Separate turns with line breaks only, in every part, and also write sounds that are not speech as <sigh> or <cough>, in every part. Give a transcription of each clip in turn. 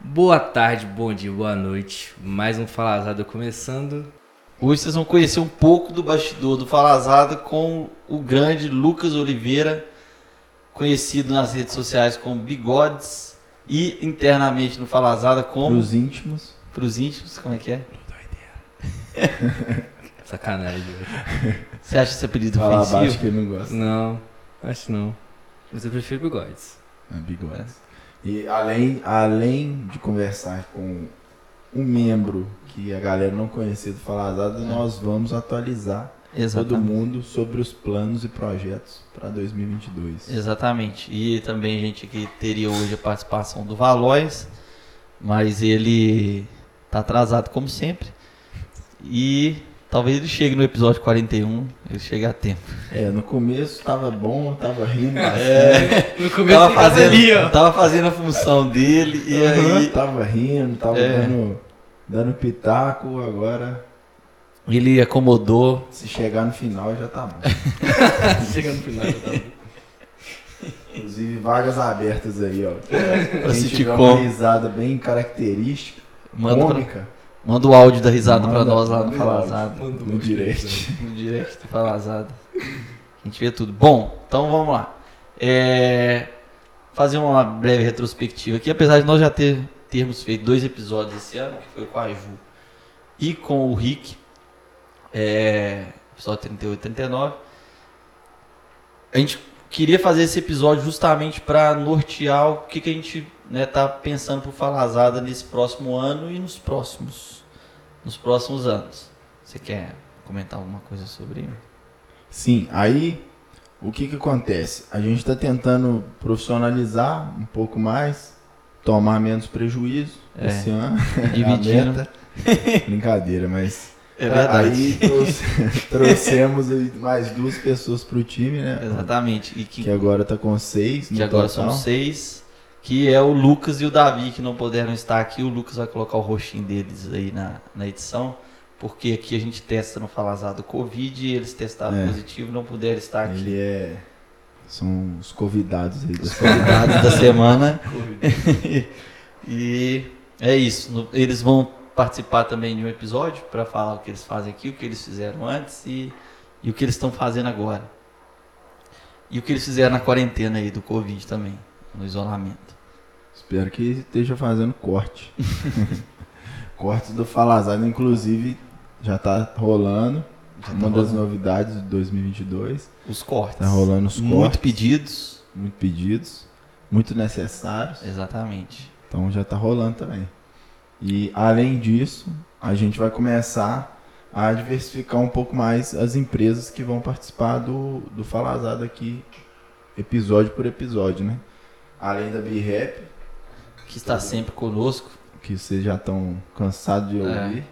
Boa tarde, bom dia, boa noite. Mais um Fala Azada começando.
Hoje vocês vão conhecer um pouco do bastidor do Falazada com o grande Lucas Oliveira, conhecido nas redes sociais como Bigodes e internamente no Falazada como
Pros íntimos.
pros íntimos, como é que é?
Sacanagem. velho.
Você acha esse apelido
Fala abaixo
ofensivo?
que ele não gosta.
Não, acho não. Mas eu prefiro bigodes.
É, bigodes. E além, além de conversar com um membro que a galera não conhecia do Falazada, nós vamos atualizar todo
É. Exatamente.
mundo sobre os planos e projetos para 2022.
É. Exatamente. E também a gente aqui teria hoje a participação do Valois, mas ele tá atrasado como sempre. E talvez ele chegue no episódio 41, ele chegue a tempo.
É, no começo tava bom, tava rindo
<laughs>
bastante,
É,
No
tava
começo
fazendo, tava fazendo a função dele e aí
tava rindo, tava
É.
dando, dando pitaco, agora
ele acomodou.
se chegar no final já tá bom.
Chega no final, tá bom.
Inclusive vagas abertas aí, ó.
É, Pra
Quem tiver
sitcom.
uma risada bem característica,
Manda, pra-
cômica,
manda o áudio da risada pra
Manda-
nós lá no
manda o
Falazado.
no direct.
No direct do Falazado. A gente vê tudo. Bom, então vamos lá. É, fazer uma breve retrospectiva aqui, apesar de nós já ter, termos feito dois episódios esse ano, que foi com a Ju e com o Rick. É, episódio 38 e 39. A gente queria fazer esse episódio justamente para nortear o que, que a gente né, tá pensando pro Falazada nesse próximo ano e nos próximos, nos próximos anos. Você quer comentar alguma coisa
<laughs>
sobre?
Sim, aí o que que acontece? A gente está tentando profissionalizar um pouco mais, tomar menos prejuízo
É. <laughs>
esse ano.
Dividir,
A meta. Brincadeira, mas
É
aí trouxe- <laughs> trouxemos aí mais duas pessoas pro time, né?
Exatamente. E que,
Que agora tá com seis.
que
no
agora
total.
são seis. Que é o Lucas e o Davi que não puderam estar aqui. O Lucas vai colocar o roxinho deles aí na, na edição. Porque aqui a gente testa no Falazado Covid. E eles testaram
É.
positivo e não puderam estar aqui.
Ele é. São os convidados aí. da semana.
convidados da semana. <laughs> e é isso. No- Eles vão participar também de um episódio para falar o que eles fazem aqui, o que eles fizeram antes e, e o que eles estão fazendo agora. E o que eles fizeram na quarentena aí do Covid também, no isolamento.
Espero que esteja fazendo <laughs> corte. Cortes do Falazado, inclusive, já tá rolando.
Já tá
Uma das
rolando
novidades de 2022.
Os cortes.
Tá rolando os
Muito
cortes.
pedidos.
Muito pedidos. Muito necessários.
Exatamente.
Então já tá rolando também. E além disso, a gente vai começar a diversificar um pouco mais as empresas que vão participar do, do Falazado aqui, episódio por episódio, né? Além da B-Rap,
Que está sempre conosco.
que vocês já estão cansados de ouvir.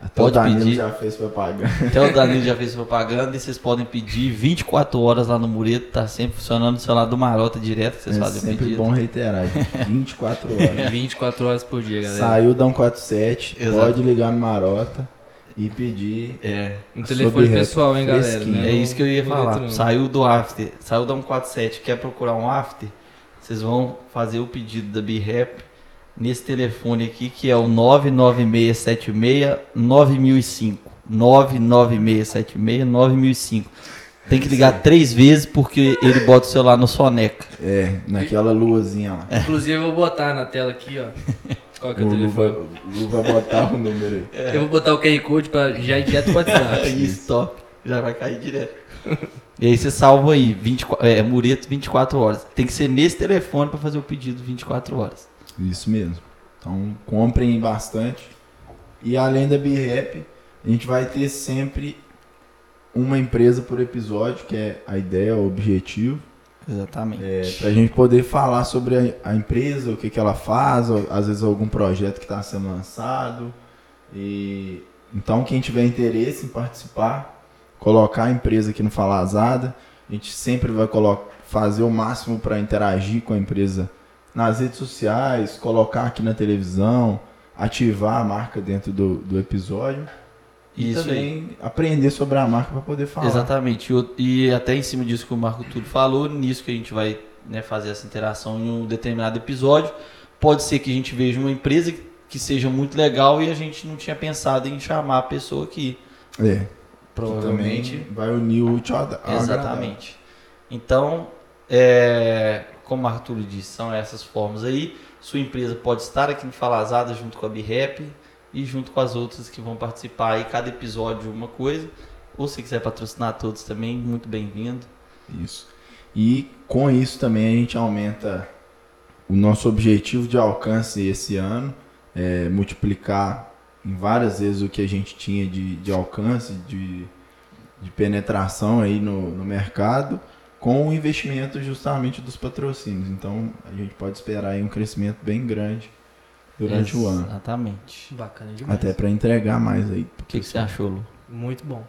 Até
É. Pode
o Danilo
pedir.
já fez propaganda.
Até o Danilo já fez propaganda e vocês podem pedir 24 horas lá no Mureto. Tá sempre funcionando o celular do Marota direto. que Vocês
É
fazem o
sempre
pedido.
bom
<laughs>
reiterar, gente. 24 horas.
É 24 horas por dia, galera.
Saiu da 147,
Exato.
pode ligar no Marota e pedir.
É,
Um
Sobre
telefone
rap,
pessoal, hein, galera.
fresquinho.
né?
é isso que eu ia
Não
falar.
letra, não.
Saiu do after, saiu da 147, quer procurar um after? Vocês vão fazer o pedido da B-Rap nesse telefone aqui que é o 99676 9005. 99676 9005. Tem que ligar três vezes porque ele bota o celular no soneca.
É, naquela luazinha lá.
Inclusive, eu vou botar na tela aqui, <laughs> ó. Qual que é
O
o
Lu vai,
telefone?
o Lu vai botar o número aí.
<laughs>
Eu vou botar o QR Code pra já ir <laughs> direto pro
É
WhatsApp.
<laughs> isso, top. Já vai cair direto. E aí você salva aí, 24, é, Mureto 24 horas. Tem que ser nesse telefone pra fazer o pedido 24 horas.
Isso mesmo. Então comprem bastante. E além da B-Rap, a gente vai ter sempre uma empresa por episódio, que é a ideia, o objetivo.
Exatamente.
É, pra gente poder falar sobre a, a empresa, o que, que ela faz, ou, às vezes algum projeto que está sendo lançado. E então quem tiver interesse em participar, colocar a empresa aqui no Falazada, a gente sempre vai colo- fazer o máximo para interagir com a empresa nas redes sociais, colocar aqui na televisão, ativar a marca dentro do, do episódio e
Isso aí.
também aprender sobre a marca para poder falar.
Exatamente. E o- E, até em cima disso que o Marco Túlio falou, nisso que a gente vai né, fazer essa interação em um determinado episódio. Pode ser que a gente veja uma empresa que seja muito legal e a gente não tinha pensado em chamar a pessoa aqui.
É.
Provavelmente.
Também vai unir o útil ao ao agradável.
Exatamente. Então, é, como o Arturo disse, são essas formas aí. Sua empresa pode estar aqui no Falazada junto com a BRAP e junto com as outras que vão participar aí, cada episódio uma coisa. Ou se quiser patrocinar todos também, muito bem-vindo.
Isso. E com isso também a gente aumenta o nosso objetivo de alcance esse ano, é multiplicar em várias vezes o que a gente tinha de, de alcance, de, de penetração aí no, no mercado, com o investimento justamente dos patrocínios. Então a gente pode esperar aí um crescimento bem grande durante o ano.
Exatamente.
Bacana demais.
Até para entregar mais aí.
O que, que você achou, Lu?
Muito bom.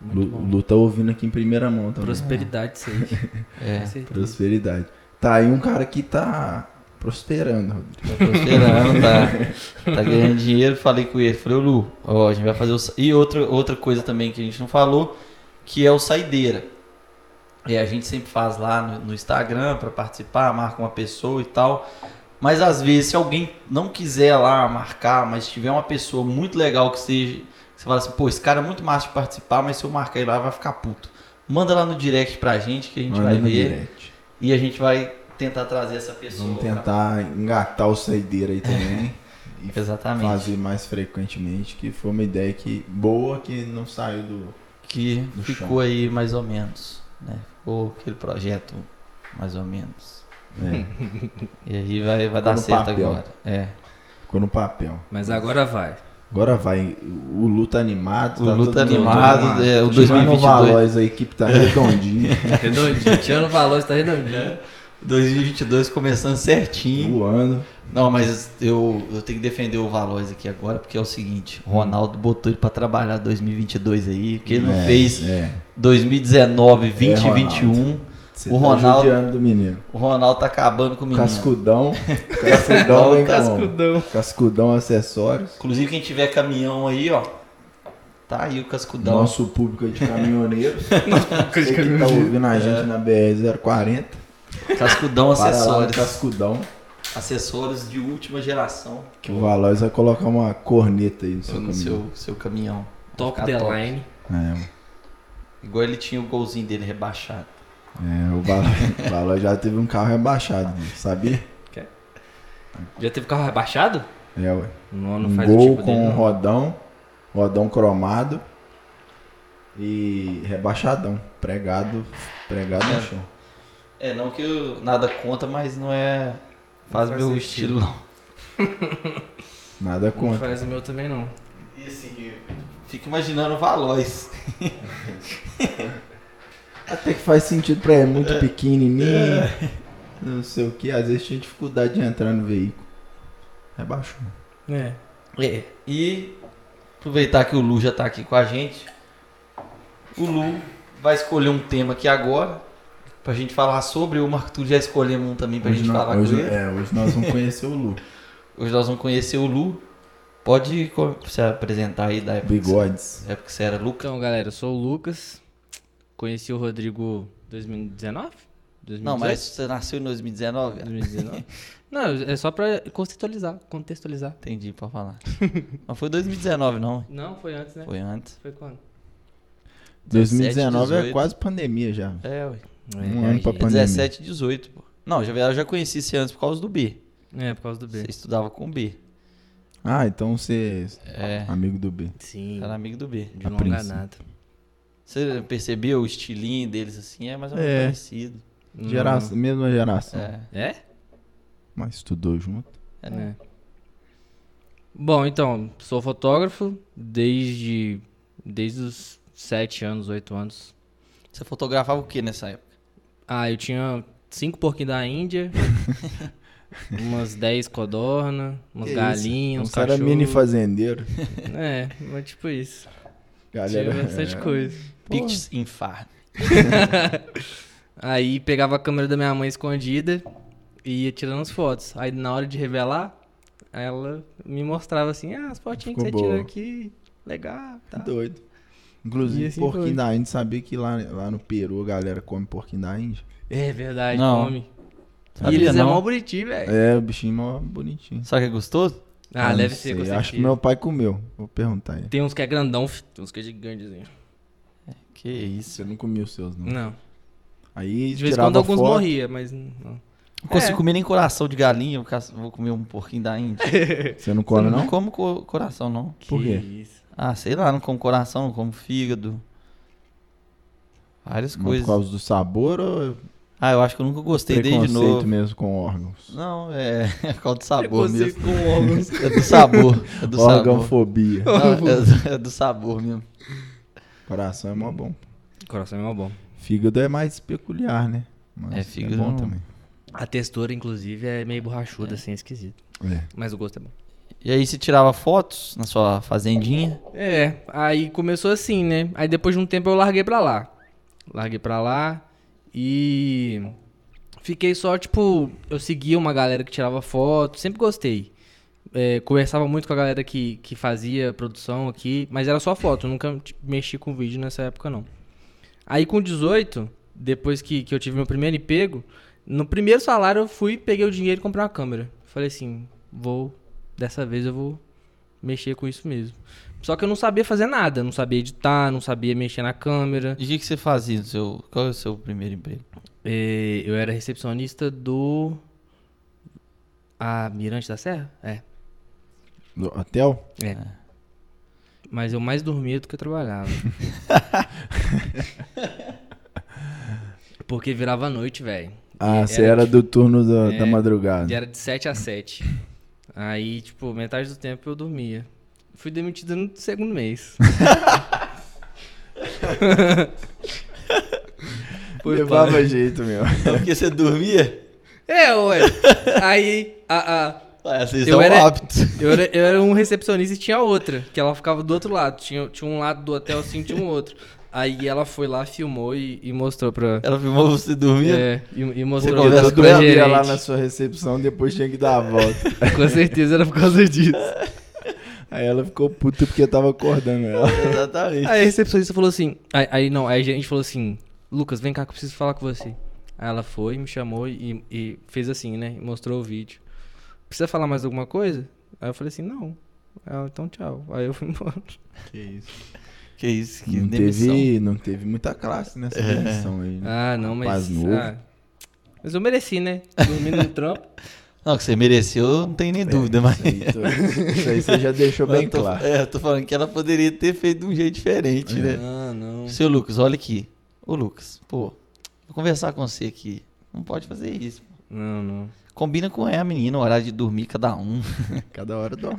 Muito
Lu,
bom.
Lu tá ouvindo aqui em primeira mão também.
Prosperidade isso aí.
É,
Com certeza.
Prosperidade. Tá aí um cara que tá prosperando, Rodrigo.
tá prosperando, tá, tá ganhando dinheiro. Falei com ele, falei, ô, Lu, ó, a gente vai fazer o. sa- E outra, outra coisa também que a gente não falou, que é o Saideira. É, a gente sempre faz lá no, no Instagram para participar, marca uma pessoa e tal. Mas às vezes, se alguém não quiser lá marcar, mas tiver uma pessoa muito legal que seja. que Você fala assim, pô, esse cara é muito massa de participar, mas se eu marcar ele lá, vai ficar puto. Manda lá no direct pra gente que a gente
Manda
vai
no
ver
direct.
e a gente vai tentar trazer essa pessoa.
Vamos
pra
tentar engatar o saideira aí
É,
também. e
Exatamente.
fazer mais frequentemente, que foi uma ideia que boa que não saiu do.
Que
Do
ficou
chão.
aí mais ou menos. Né? Ficou aquele projeto mais ou menos. Hum.
É,
E aí vai, vai
Ficou
dar
no
certo
papel.
agora. É.
ficou no papel.
Mas agora vai.
Agora vai. O Lu tá animado.
O
tá
Lu
todo
tá
mundo
animado, é, o
Chamando
2022.
Valois, a equipe
<laughs>
tá redondinha,
Redondinho. Tirando o valor, tá redondinho.
2022 começando certinho.
voando.
Não, mas eu, eu tenho que defender o Valois aqui agora, porque é o seguinte: Ronaldo botou ele pra trabalhar 2022 aí, porque ele não
É,
fez
É.
2019, 20 e
Ronaldo.
21.
Você
O
tá
Ronaldo-
judiando do menino.
O Ronaldo tá acabando com o menino. <laughs>
Cascudão. Cascudão, vem cascudão.
Cascudão.
cascudão acessórios.
Inclusive, quem tiver caminhão aí, ó, tá aí o Cascudão.
Nosso público é
<laughs>
de caminhoneiros. Você que tá ouvindo
É.
a gente na BR-040.
Cascudão
Para lá no
acessórios.
Cascudão.
acessórios de última geração
Que o Valois vai colocar uma corneta aí no seu
no
caminho.
seu, seu caminhão.
Top
Ficar
the
top.
line.
É,
Igual ele tinha o golzinho dele rebaixado.
é,
<laughs>
o Valois, o Valois já teve um carro rebaixado, né? sabia?
Já teve carro rebaixado?
É, ué.
Não, não
Um
faz o
gol
tipo
com
dele. não.
rodão, rodão cromado e rebaixadão, pregado, pregado no
É.
chão.
É, não que eu nada conta, mas não é. Faz
Não faz
meu
sentido.
estilo, não.
Nada
Não
contra.
faz o meu também, não.
E assim, fica imaginando o Valois.
Até que faz sentido pra ele, é muito pequenininho, não sei o que, às vezes tinha dificuldade de entrar no veículo. né? Rebaixou.
É.
É. E aproveitar que o Lu já tá aqui com a gente. O Lu vai escolher um tema aqui agora pra gente falar sobre. O Marco Túlio já escolhemos um também pra
Hoje,
gente
nó-
falar
hoje-
com ele.
é, hoje nós vamos conhecer o Lu.
Hoje nós vamos conhecer o Lu. Pode co- se apresentar aí da época.
<laughs> Bigodes.
Que você, época que É você era Luca.
Então, galera, eu sou o Lucas. Conheci o Rodrigo 2019? 2018?
Não, mas você nasceu em 2019? velho.
<laughs>
2019. não, é só pra contextualizar. Contextualizar.
Entendi pra <laughs> falar. não foi 2019, não.
Não, foi antes, né?
Foi antes.
Foi quando?
2019 é
18.
quase pandemia já.
É, ué.
Um ano pra
aí-
pan- Pandemia.
17, 18, pô. Não, já, eu já conheci você antes por causa do B.
É, por causa do
Você
B.
estudava com o B.
Ah, então você
É.
amigo do B.
Sim.
Era amigo do B.
De
a
longa
Tá Prince.
nada.
Você percebeu o estilinho deles assim? É mais ou menos
É.
parecido.
Gera- Mesma geração.
É.
É?
Mas estudou junto.
É.
É. Bom, então, sou fotógrafo desde, desde os 7 anos, 8 anos.
Você fotografava o que nessa época?
Ah, eu tinha cinco porquinhos da Índia,
<laughs>
umas dez codorna, umas
Que
galinhas,
Um
uns
cara
cachorros.
mini fazendeiro.
<laughs> É, mas tipo isso.
Galera,
tinha bastante
é,
coisa.
Pix Infar.
Aí pegava a câmera da minha mãe escondida e ia tirando as fotos. Aí na hora de revelar, ela me mostrava assim, ah, as fotinhas que você
Ficou
tirou
boa.
aqui, legal, tá.
Doido. Inclusive,
E assim
porquinho
foi.
da Índia. Sabia que lá, lá no Peru a galera come porquinho da Índia?
É verdade,
Não.
come. e
Sabia
eles é
não.
mó bonitinho, velho.
É, o bichinho mó bonitinho.
Sabe o que é gostoso?
Eu
Ah,
não
deve
sei,
ser. com
Acho que
certeza.
meu pai comeu. Vou perguntar aí.
Tem uns que é grandão, fi, tem uns que é gigantezinho.
Que isso.
Você não comia os seus, não.
Não.
Aí
Hum. De vez em
tirava
quando alguns
foto,
morriam, mas não.
Não
É.
consigo comer nem coração de galinha, eu caço- vou comer um porquinho da Índia.
Você não come,
Eu
não?
como co- coração, não.
Por quê?
Isso.
Ah, sei lá, não como coração, não como fígado. Várias
Mas
coisas.
Por causa do sabor ou é
Ah, eu acho que eu nunca gostei desde
preconceito
novo.
mesmo com órgãos?
Não, é, <laughs> é por causa do sabor
Preconceito
mesmo.
com <laughs> órgãos.
É do sabor. É do sabor.
Órgãofobia.
Não, é, do- é do sabor mesmo.
Coração é mó bom.
Coração é mó bom.
Fígado é mais peculiar, né? Mas
É, fígado
é bom
não.
também.
A textura, inclusive, é meio borrachuda, assim, esquisito.
É.
Mas o gosto é bom.
E aí você tirava fotos na sua fazendinha?
É, aí começou assim, né? Aí depois de um tempo eu larguei pra lá. Larguei pra lá e fiquei só, tipo, eu seguia uma galera que tirava foto, sempre gostei. É, conversava muito com a galera que, que fazia produção aqui, mas era só foto, eu nunca t- mexi com vídeo nessa época não. Aí com 18, depois que, que eu tive meu primeiro emprego, no primeiro salário eu fui, peguei o dinheiro e comprei uma câmera. Falei assim, vou, dessa vez eu vou mexer com isso mesmo. Só que eu não sabia fazer nada, não sabia editar, não sabia mexer na câmera.
E o que, que você fazia no seu. Qual é o seu primeiro emprego?
É, eu era recepcionista do. Ah, Mirante da Serra? É.
No hotel?
É. Mas eu mais dormia do que eu
<laughs>
trabalhava. Porque virava noite, velho.
Ah,
Era
você era do turno da, da
E
madrugada.
era de 7 a 7. Aí, tipo, metade do tempo eu dormia. Fui demitido no segundo
<laughs>
mês. Foi
Levava jeito, meu.
É porque você dormia?
É, ué. Aí, a, a,
Ah, vocês
Eu
são
era-
aptos.
eu, era, eu era um recepcionista e tinha outra, que ela ficava do outro lado. Tinha, tinha um lado do hotel assim, tinha um outro. Aí ela foi lá, filmou e, e mostrou pra.
Ela filmou
<laughs>
você dormindo?
É, e, e mostrou pra,
Você conversou
pra
Todo dia
gerente.
lá na sua recepção, depois tinha que dar a volta.
<laughs> Com certeza era por causa disso.
Aí ela ficou puta porque eu tava acordando ela.
Exatamente.
Aí a recepcionista falou assim. Aí, aí não, aí a gerente falou assim: Lucas, vem cá que eu preciso falar com você. Aí ela foi, me chamou e, e fez assim, né? e Mostrou o vídeo. Precisa falar mais alguma coisa? Aí eu falei assim: não. Ela, então tchau. Aí eu fui embora.
Que isso.
Que isso, que
Não
demissão.
teve, não teve muita classe nessa demissão aí.
<laughs>
né?
Ah, não, mas.
Rapaz novo.
ah, mas eu mereci, né? Dormindo no
<laughs>
trampo.
Não, que você mereceu, não tem nem dúvida, mas.
Isso aí, tô- isso aí você já deixou
mas
bem
eu tô,
claro.
É, eu tô falando que ela poderia ter feito de um jeito diferente,
É.
né?
Ah, não.
Seu Lucas, olha aqui. Ô Lucas, pô, vou conversar com você aqui. Não pode fazer isso.
Não, não.
Combina com a menina, o horário de dormir cada um.
Cada hora dó.
um.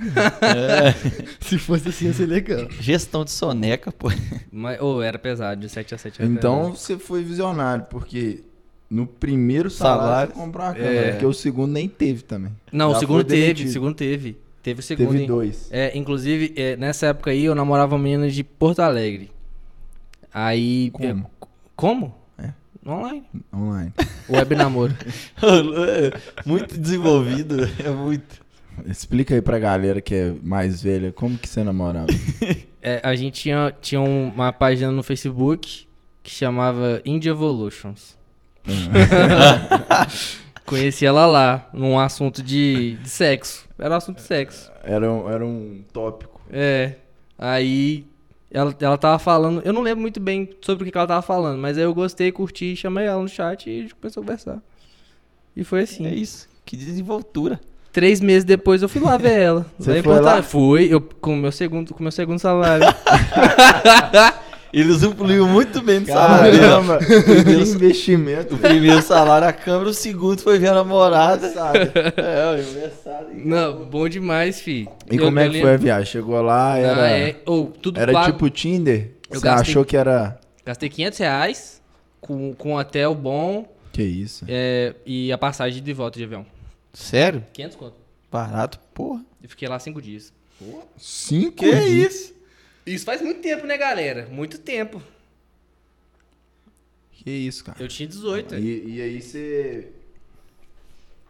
<laughs> Se fosse assim, ia ser legal.
Gestão de soneca, pô. <laughs>
Mas, ou era pesado, de 7 a 7 era
Então você foi visionário, porque no primeiro salário
Salário.
você comprou uma câmera,
É.
porque o segundo nem teve também.
pesado. Não, o
Já
segundo
foi
teve,
demitido.
o segundo teve. Teve o segundo.
Teve
hein?
dois.
É, inclusive, é, nessa época aí eu namorava uma menina de Porto Alegre. Aí.
Como?
é, como?
É.
Online.
Online.
Web namoro.
muito desenvolvido, é muito.
Explica aí pra galera que é mais velha, como que você namorava?
É, a gente tinha, tinha um, uma página no Facebook que chamava Indie Evolutions. <laughs> Conheci ela lá, num assunto de, de sexo. Era assunto de sexo.
Era um, era um tópico.
É. Aí ela, ela tava falando. Eu não lembro muito bem sobre o que que ela tava falando, mas aí eu gostei, curti, chamei ela no chat e a gente começou a conversar. E foi assim.
É isso. Que desenvoltura.
Três meses depois eu fui lá ver ela.
Você
em
foi
Porto
lá?
Alegre. Fui, eu, com o meu segundo, com o meu segundo
<laughs>
salário.
Ele usufruiu muito bem do salário.
Caramba, que investimento.
O primeiro salário, a câmera, o segundo foi ver a namorada. É, o aniversário.
não, bom demais, fi.
E
Eu-
como
eu
é que
lembro-
foi a viagem? Chegou lá, era,
Ah, é, ou, tudo
era
pago.
tipo Tinder?
Eu
Você
gastei-
achou que era...
Gastei 500 reais com, com hotel bom
Que isso?
é, e a passagem de volta de avião.
Sério?
500 conto.
Barato, porra.
E fiquei lá cinco dias.
Cinco
Que
dias.
isso?
Isso faz muito tempo, né, galera? Muito tempo.
Que isso, cara.
Eu tinha 18. é.
E, e aí você...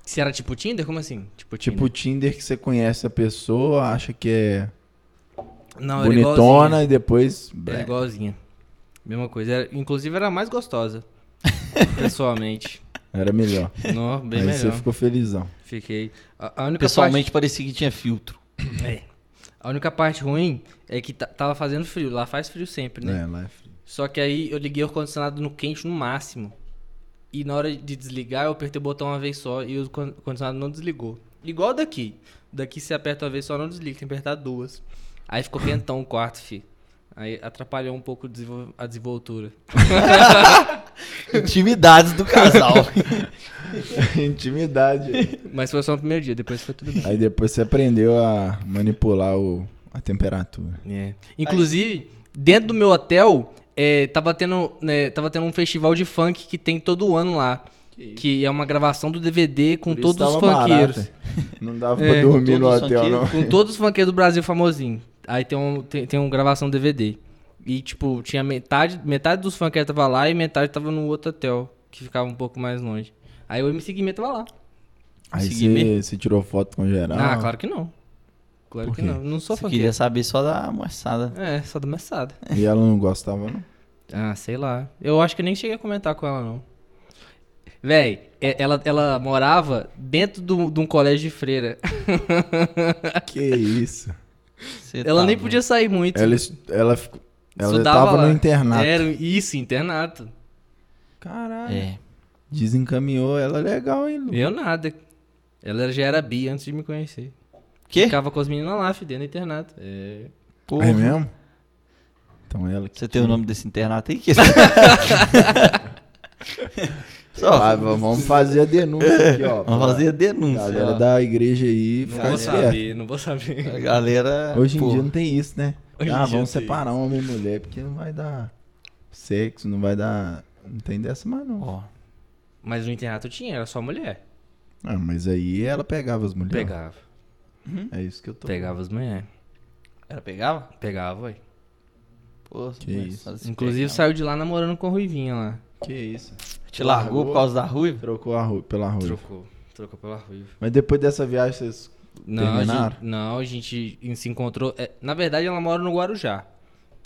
Se era tipo Tinder? Como assim? Tipo Tinder.
Tipo Tinder que você conhece a pessoa, acha que é
não, era igualzinha.
bonitona e depois...
Era
blé. <laughs>
igualzinha. Mesma coisa. Era- inclusive era mais gostosa. pessoalmente.
Era melhor.
Nó, bem
Aí você
melhor.
ficou felizão.
Fiquei. A, a única
Pessoalmente parecia que tinha filtro.
parte... É. A única parte ruim é que ta- tava fazendo frio. Lá faz frio sempre, né?
É, lá é frio. <laughs>
Só que aí eu liguei o ar-condicionado no quente no máximo. E na hora de desligar, eu apertei o botão uma vez só e o con- condicionado não desligou. Igual daqui. Daqui você aperta uma vez só, não desliga, tem que apertar duas. Aí ficou quentão o quarto, fi. Aí atrapalhou um pouco o desenvol- a desenvoltura.
Intimidades
<laughs>
do casal.
Intimidade.
Mas foi só no primeiro dia, depois foi tudo bem.
Aí depois você aprendeu a manipular o, a temperatura.
É. Inclusive, dentro do meu hotel, é, tava, tendo, né, tava tendo um festival de funk que tem todo ano lá. Que, é uma gravação do DVD com
Por isso tá
todos os
tava
funkeiros.
<laughs> barato. Não dava pra
É,
dormir no
todos os
hotel, não.
Com todos os funkeiros do Brasil famosinho. Aí tem, um, tem, tem uma gravação DVD. E, tipo, tinha metade, metade dos funkeiros tava lá e metade tava no outro hotel, que ficava um pouco mais longe. Aí o MC Guimê tava lá.
Aí
Consegui mesmo.
você, você tirou foto com geral.
Ah, claro que não. Claro
Por
que
quê?
não. Não sou
Você
funkeiro.
queria saber só da moçada.
É, só do Messada.
E ela não
<laughs>
gostava, não?
Ah, sei lá. Eu acho que eu nem cheguei a comentar com ela, não. Véi, é- ela, ela morava dentro do- de um colégio de freira.
Que isso.
Você
<laughs> Ela
tá
nem
bom.
podia sair muito.
Ela, es- ela, ficou- ela
Estudava
tava
lá. É.
no internato.
Era um, isso, internato.
Caralho.
É.
Desencaminhou ela legal, hein, Lu?
Eu nada. Ela já era bi antes de me conhecer.
Quê?
Ficava com as meninas lá, fi, dentro do internato. É.
Porra.
É mesmo? Então ela que.
Você tem o nome desse
<laughs>
internato aí? Que...
Ah,
Ah,
Só,
v- vamos fazer a denúncia aqui, ó.
vamos fazer a
a
denúncia.
galera
ó.
da igreja aí.
Não
fica
vou
esperto.
saber, não vou saber. <laughs>
A galera.
Hoje em
pô,
dia não tem isso, né?
Hoje em
ah,
dia
vamos
não tem
separar homem e mulher, porque não vai dar sexo, não vai dar. Não tem dessa mais, não.
Ó,
Mas no internato tinha, era só mulher.
Ah, mas aí ela pegava as mulheres.
Pegava.
É isso que eu tô.
Pegava as mulheres.
ela pegava?
Pegava, ué.
Pô,
Que
mas
isso.
ela se
Inclusive
pegava.
saiu de lá namorando com o Ruivinha lá.
Que isso.
Te largou por causa da ruiva?
Trocou a ru... pela rua.
Trocou. Trocou pela Ruiva.
Mas depois dessa viagem, vocês.
Não, a
Terminaram?
gente, não, a gente se encontrou. é, na verdade, ela mora no Guarujá.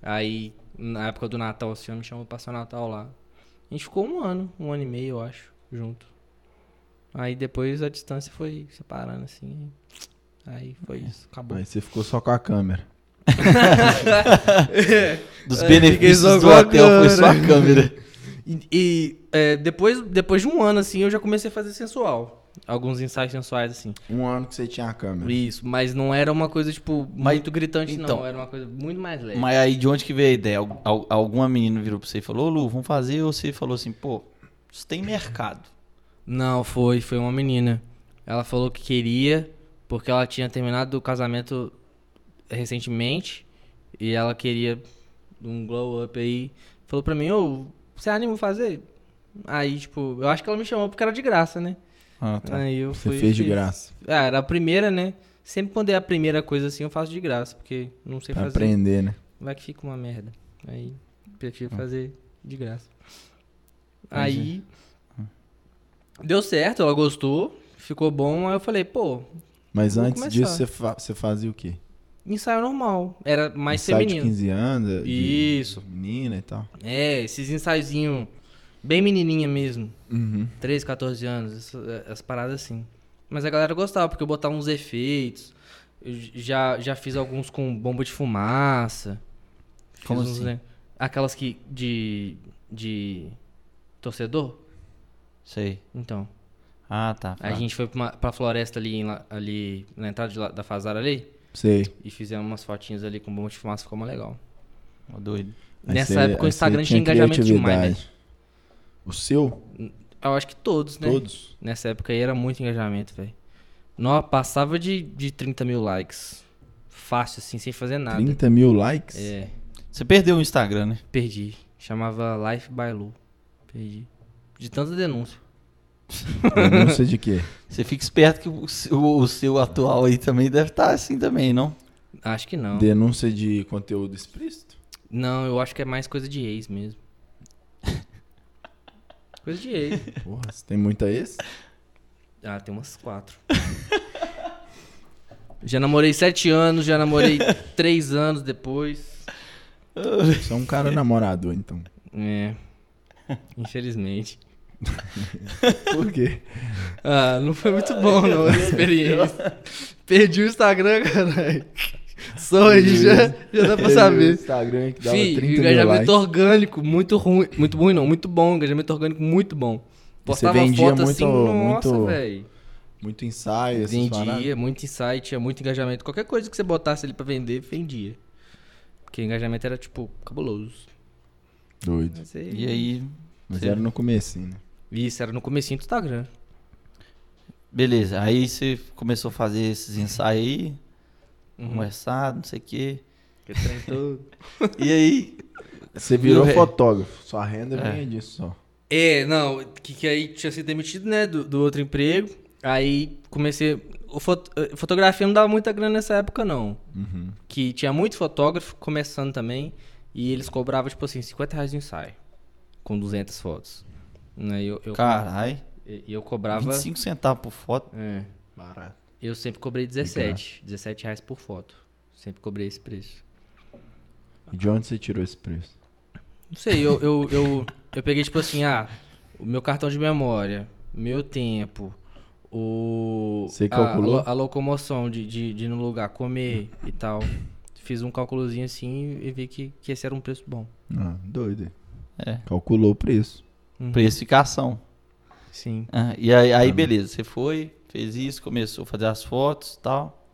Aí, na época do Natal, o senhor me chamou pra passar o Natal lá. A gente ficou um ano, um ano e meio, eu acho, junto. Aí depois a distância foi separando, assim. Aí foi isso, acabou.
Aí você ficou só com a câmera.
<laughs>
Dos
É, fiquei só
benefícios do
com a
hotel foi só a
câmera. <laughs>
câmera.
E, e, é, depois, depois de um ano, assim, eu já comecei a fazer sensual. Alguns ensaios sensuais, assim.
Um ano que você tinha a câmera.
Isso, mas não era uma coisa, tipo,
Mas-
muito gritante,
então.
não. Era uma coisa muito mais leve.
Mas aí de onde que veio a ideia? Al- al- alguma menina virou pra você e falou, ô Lu, vamos fazer? Ou você falou assim, pô, isso tem mercado.
Não, foi, foi uma menina. Ela falou que queria, porque ela tinha terminado o casamento recentemente e ela queria um glow up aí. Falou pra mim, ô, você é anima a fazer? Aí, tipo, eu acho que ela me chamou porque era de graça, né?
Ah, tá.
Aí eu
É, Você
fui e
fez de
fiz.
graça.
Ah, era a primeira, né? Sempre quando é a primeira coisa assim, eu faço de graça, porque não sei
Pra
fazer.
aprender, né?
Vai que fica uma merda. Aí, prefiro
Ah.
fazer de graça.
Pois
Aí,
Ah.
deu certo, ela gostou, ficou bom. Aí eu falei, pô,
Mas
Vou
antes
começar.
disso, você, fa- você fazia o quê?
ensaio normal. Era mais
Ensaio de
feminino.
15 anos? de-
Isso.
de Menina e tal.
É, esses ensaiozinhos bem menininha mesmo.
Uhum.
13, 14 anos, essa- as paradas assim. Mas a galera gostava, porque eu botava uns efeitos. Eu j- já, já fiz alguns com bomba de fumaça. Fiz
Como
uns,
assim?
né? Aquelas que. de. de. torcedor?
Sei.
Então.
Ah, tá.
A gente foi pra, uma, pra floresta ali, em La- ali na entrada de La- da Fazara ali.
Sei.
E fizemos umas fotinhas ali com bomba de fumaça, ficou mó legal.
Ô, Doido.
Aí
Nessa
você-
época o
aí você
Instagram
tinha
tinha engajamento demais, né?
criatividade. O seu?
Eu acho que todos, né?
Todos?
Nessa época aí era muito engajamento, velho. Nó, passava de, de 30 mil likes. Fácil, assim, sem fazer nada.
30 mil likes?
É,
Você perdeu o Instagram, né?
perdi. Chamava Life by Lu. Perdi. De tanta denúncia.
Denúncia de quê?
Você fica esperto que o seu, o seu atual aí também deve estar assim também, não?
Acho que não.
Denúncia de conteúdo explícito?
Não, eu acho que é mais coisa de ex <laughs> mesmo. coisa de ex.
Porra, você tem muita ex?
Ah, tem umas <laughs> quatro. já namorei sete anos, já <laughs> namorei três anos depois. <laughs>
Você é um cara namorador, então.
É. Infelizmente.
Por quê?
Ah, não foi muito bom, não, a experiência. Perdi o Instagram, caralho. Só aí, já, já dá pra
O
saber.
Instagram que dava
Fih,
30 mil
engajamento
likes.
orgânico, muito ruim. Muito ruim, não, muito bom. Engajamento orgânico, muito bom. Postava
vendia
foto
muito-
assim, nossa,
muito-
velho.
Muito ensaio, essas paradas.
Vendia, muito insight, tinha muito engajamento. Qualquer coisa que você botasse ali pra vender, vendia. Porque engajamento era, tipo, cabuloso.
Doido.
Mas aí-
E aí,
Mas
Sim.
era no comecinho, né?
Isso, era no comecinho do Instagram.
beleza. Aí você começou a fazer esses ensaios aí,
Uhum.
conversar, não sei o quê. E aí,
Você virou
Viu, rei?
fotógrafo. Sua renda vinha disso só.
É, não, que, que aí tinha sido demitido, né, do, do outro emprego. Aí comecei. O foto- eh, fotografia não dava muita grana nessa época, não. Que tinha muito fotógrafo começando também. E eles cobravam, tipo assim, 50 reais de ensaio. Com 200 fotos. Né, e <laughs> eu, eu,
caralho,
e- e eu cobrava.
25 centavos por foto.
É,
Barato.
eu sempre cobrei 17. 17 reais por foto. Sempre cobrei esse preço.
E de onde você tirou esse preço?
Não sei, eu, eu, eu, eu peguei tipo assim, ah, o meu cartão de memória, meu tempo, o.
Você
a-
calculou?
A, lo- a locomoção de, de, de ir no lugar, comer e tal. Fiz um cálculozinho assim e vi que, que esse era um preço bom.
Ah, doido.
É.
Calculou o preço.
Uhum.
Precificação.
Sim.
Ah, e aí, aí,
Uhum.
beleza, você foi, fez isso, começou a fazer as fotos e tal.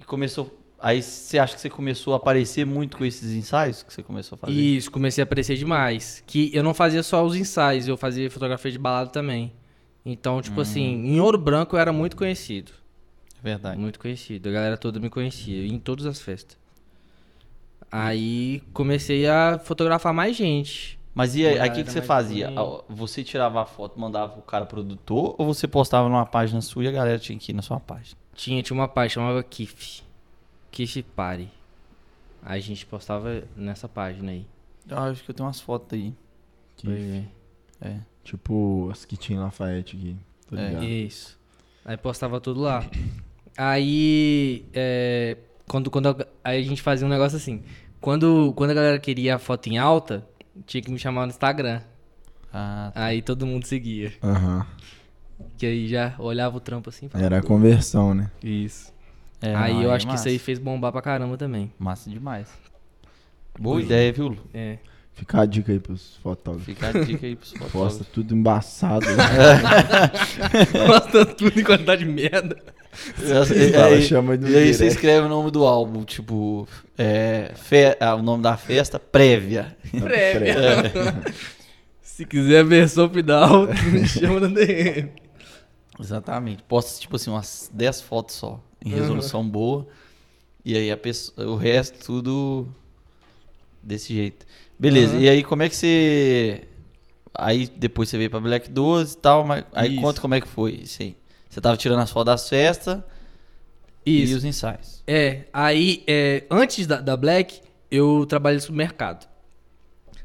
E começou. Aí você acha que você começou a aparecer muito com esses ensaios que você começou a fazer?
Isso, comecei a aparecer demais. Que eu não fazia só os ensaios, eu fazia fotografia de balada também. Então, tipo
Hum.
assim, em Ouro Branco eu era muito conhecido.
É Verdade.
Muito conhecido. A galera toda me conhecia, em todas as festas. Aí comecei a fotografar mais gente.
Mas e aí,
Uma
aí o que,
galera
que você
mais
fazia?
bonita.
Ah, Você tirava a foto, mandava pro cara produtor, ou você postava numa página sua e a galera tinha que ir na sua página?
Tinha, tinha uma página chamava Kif. Kif Party. Aí a gente postava nessa página aí.
Eu acho que eu tenho umas fotos aí.
Que-
Pois é.
É.
Tipo as que tinha em Lafayette aqui. Tô
É.
ligado.
Isso. Aí postava tudo lá. Aí, é, quando, quando a, aí a gente fazia um negócio assim. Quando, quando a galera queria a foto em alta, tinha que me chamar no Instagram.
Ah,
Aí todo mundo seguia.
Aham.
Que aí já olhava o trampo assim e falava,
Era a conversão, né?
Isso.
é,
aí
não,
eu
é
acho que isso
massa.
aí fez bombar pra caramba também.
Massa demais. Boa ideia, viu, Lu?
<laughs> É.
Fica a dica aí pros fotógrafos.
Fica a dica aí pros
Posta
fotógrafos.
tudo embaçado. né?
Posta tudo em quantidade de merda.
<laughs> E
Fala,
aí-
chama no
E aí você
direct.
escreve o nome do álbum, tipo, é, fe- ah, o nome da festa, prévia.
Prévia. <laughs> É. Se quiser a versão final, <laughs> me chama na DM.
Exatamente. Posta, tipo assim, umas 10 fotos só, em resolução boa. E aí a pessoa, o resto tudo desse jeito. Beleza, e aí como é que você... Aí depois você veio pra Black 12 e tal, mas aí
Isso.
conta como é que foi isso aí. Você tava tirando as fotos das festas e
Isso.
os ensaios.
É, aí, é, antes da, da Black, eu trabalhei no supermercado.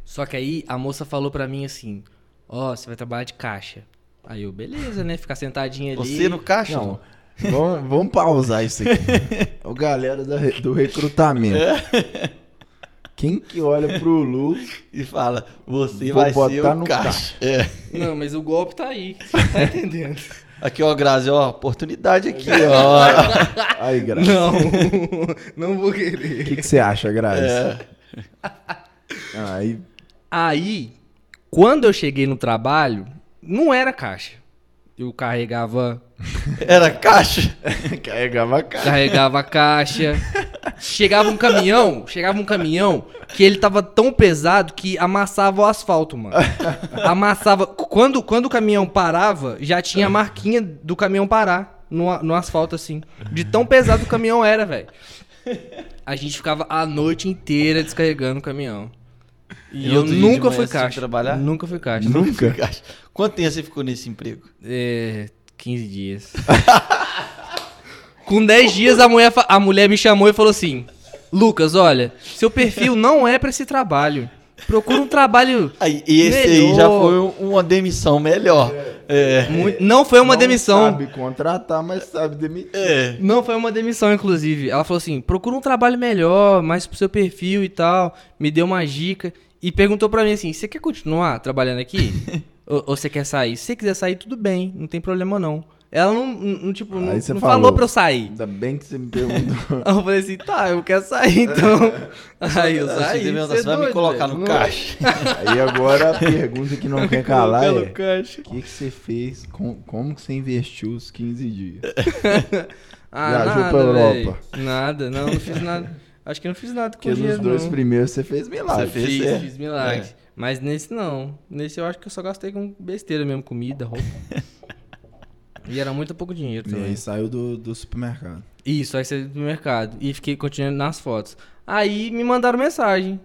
Só que aí a moça falou pra mim assim: Ó, você vai trabalhar de caixa. Aí eu, beleza, né? Ficar sentadinha ali.
Você no caixa?
Não. Vamos, vamos pausar isso aqui. O galera da re- do recrutamento.
É.
Quem que olha pro Lu
E fala, você
Vou
vai ser
botar
o
no
caixa. É.
Não, mas o golpe tá aí. Você não tá entendendo.
Aqui, ó, Grazi, ó, oportunidade
<laughs>
aqui, ó. <laughs>
Aí, Grazi.
não, <laughs> não vou querer.
O que, que você acha, Grazi? <laughs> Ah, Aí,
Aí, quando eu cheguei no trabalho, não era caixa. Eu carregava,
Era caixa.
carregava a cara.
carregava a caixa. Chegava um caminhão, chegava um caminhão que ele tava tão pesado que amassava o asfalto, mano. Amassava. Quando, quando o caminhão parava, já tinha a marquinha do caminhão parar no, a- no asfalto, assim. De tão pesado o caminhão era, velho. A gente ficava a noite inteira descarregando o caminhão. E,
E
eu
outro dia de
nunca
manhã
fui
você tinha que
caixa.
trabalhar?
Nunca fui caixa.
<laughs>
Nunca?
Caixa. Quanto tempo você ficou nesse emprego?
É, 15 dias. Com 10 dias a mulher, fa- a mulher me chamou e falou assim: Lucas, olha, seu perfil não é pra esse trabalho. Procura um trabalho.
Aí, e esse aí
Melhor.
já foi um- uma demissão melhor. É.
muito- Não foi uma
Não
demissão.
Sabe contratar, mas sabe demitir.
É.
Não foi uma demissão, inclusive. Ela falou assim: procura um trabalho melhor, mais pro seu
<laughs>
perfil e tal. Me deu uma dica. E perguntou pra mim assim: você quer continuar trabalhando aqui? ou, ou você quer sair? Se você quiser sair, tudo bem, não tem problema não. Ela não, não tipo, não,
Aí você
não
falou.
falou pra eu sair.
Ainda bem que você me perguntou. <laughs>
Aí eu falei assim, tá, eu quero sair então. Aí eu saí.
você,
cê é
vai me
doido,
colocar
velho.
no
Não,
caixa.
Aí agora a pergunta que não quer calar
colocar no
é:
caixa.
o que, que você fez? Com, como que você investiu os 15 dias?
Ah,
Viajou
nada,
pra
véi.
Europa.
Nada, não, não fiz nada. Acho que eu não fiz nada com
Porque
o dinheiro,
nos dois
não.
primeiros você fez milagre.
Você fez,
Fiz,
é.
é.
Fiz milagre. Mas nesse não. Nesse eu acho que eu só gastei com besteira mesmo, comida,
<laughs>
roupa. e era muito pouco dinheiro
E
também.
aí saiu do, do supermercado.
Isso, aí saí do mercado. E fiquei continuando nas fotos. Aí me mandaram mensagem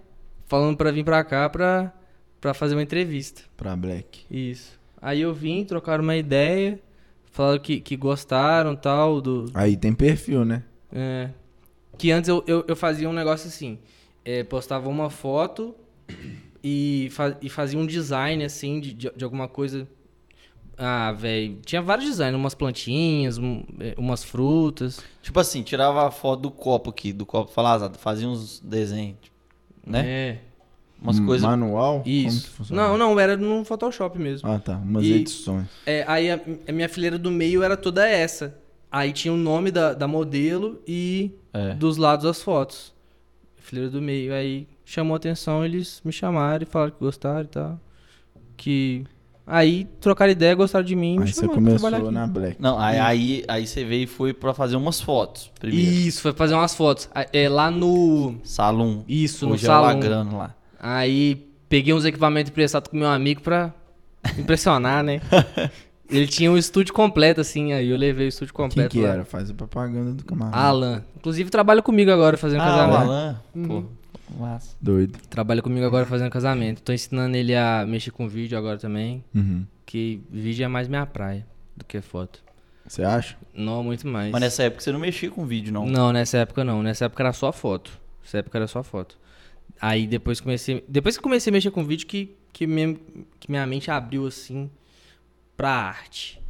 falando pra vir pra cá pra, pra fazer uma entrevista.
Pra Black.
Isso. Aí eu vim, trocaram uma ideia, falaram que, que gostaram tal do,
Aí tem perfil, né?
É. Que antes eu, eu, eu fazia um negócio assim. é, postava uma foto e, fa- e fazia um design, assim, de, de, de alguma coisa. Ah, velho. Tinha vários designs, umas plantinhas, um- é, umas frutas.
Tipo assim, tirava a foto do copo aqui, do copo falazado, fazia uns desenhos, tipo, né?
É.
Umas
Um
coisas.
Manual? Como que
Isso.
funciona?
Não, não, era no Photoshop mesmo.
Ah, tá. Umas
E-
edições.
É, aí a, a minha fileira do meio era toda essa. Aí tinha o nome da, da modelo e
É.
dos lados as fotos. Fileira do meio. Aí chamou atenção, eles me chamaram e falaram que gostaram e tal. Que. Aí trocaram ideia, gostaram de mim. e me
Aí você
chamaram pra trabalhar
começou
aqui.
na Black.
Não, aí,
Hum.
aí, aí você veio e foi pra fazer umas fotos primeiro.
Isso, foi fazer umas fotos. Ah, É, lá no.
Salão.
Isso, no
Hoje é o
salão.
Lagrano lá.
Aí peguei uns equipamentos emprestados com meu amigo pra impressionar, né? Ele tinha um estúdio completo, assim, aí eu levei o estúdio
Quem
completo.
que
lá. Ah,
era? Faz a propaganda do camarada.
Alan. Inclusive trabalha comigo agora fazendo
Ah, o
casamento. Uhum.
Alan. Pô, massa.
Doido.
Trabalha comigo agora fazendo casamento. Tô ensinando ele a mexer com vídeo agora também.
Uhum.
Que vídeo é mais minha praia do que foto.
Você acha?
Não, muito mais.
Mas nessa época você não mexia com vídeo, não.
Não, nessa época não. Nessa época era só foto. Nessa época era só foto. Aí depois comecei. Depois que comecei a mexer com vídeo, que, que, minha, que minha mente abriu assim pra arte.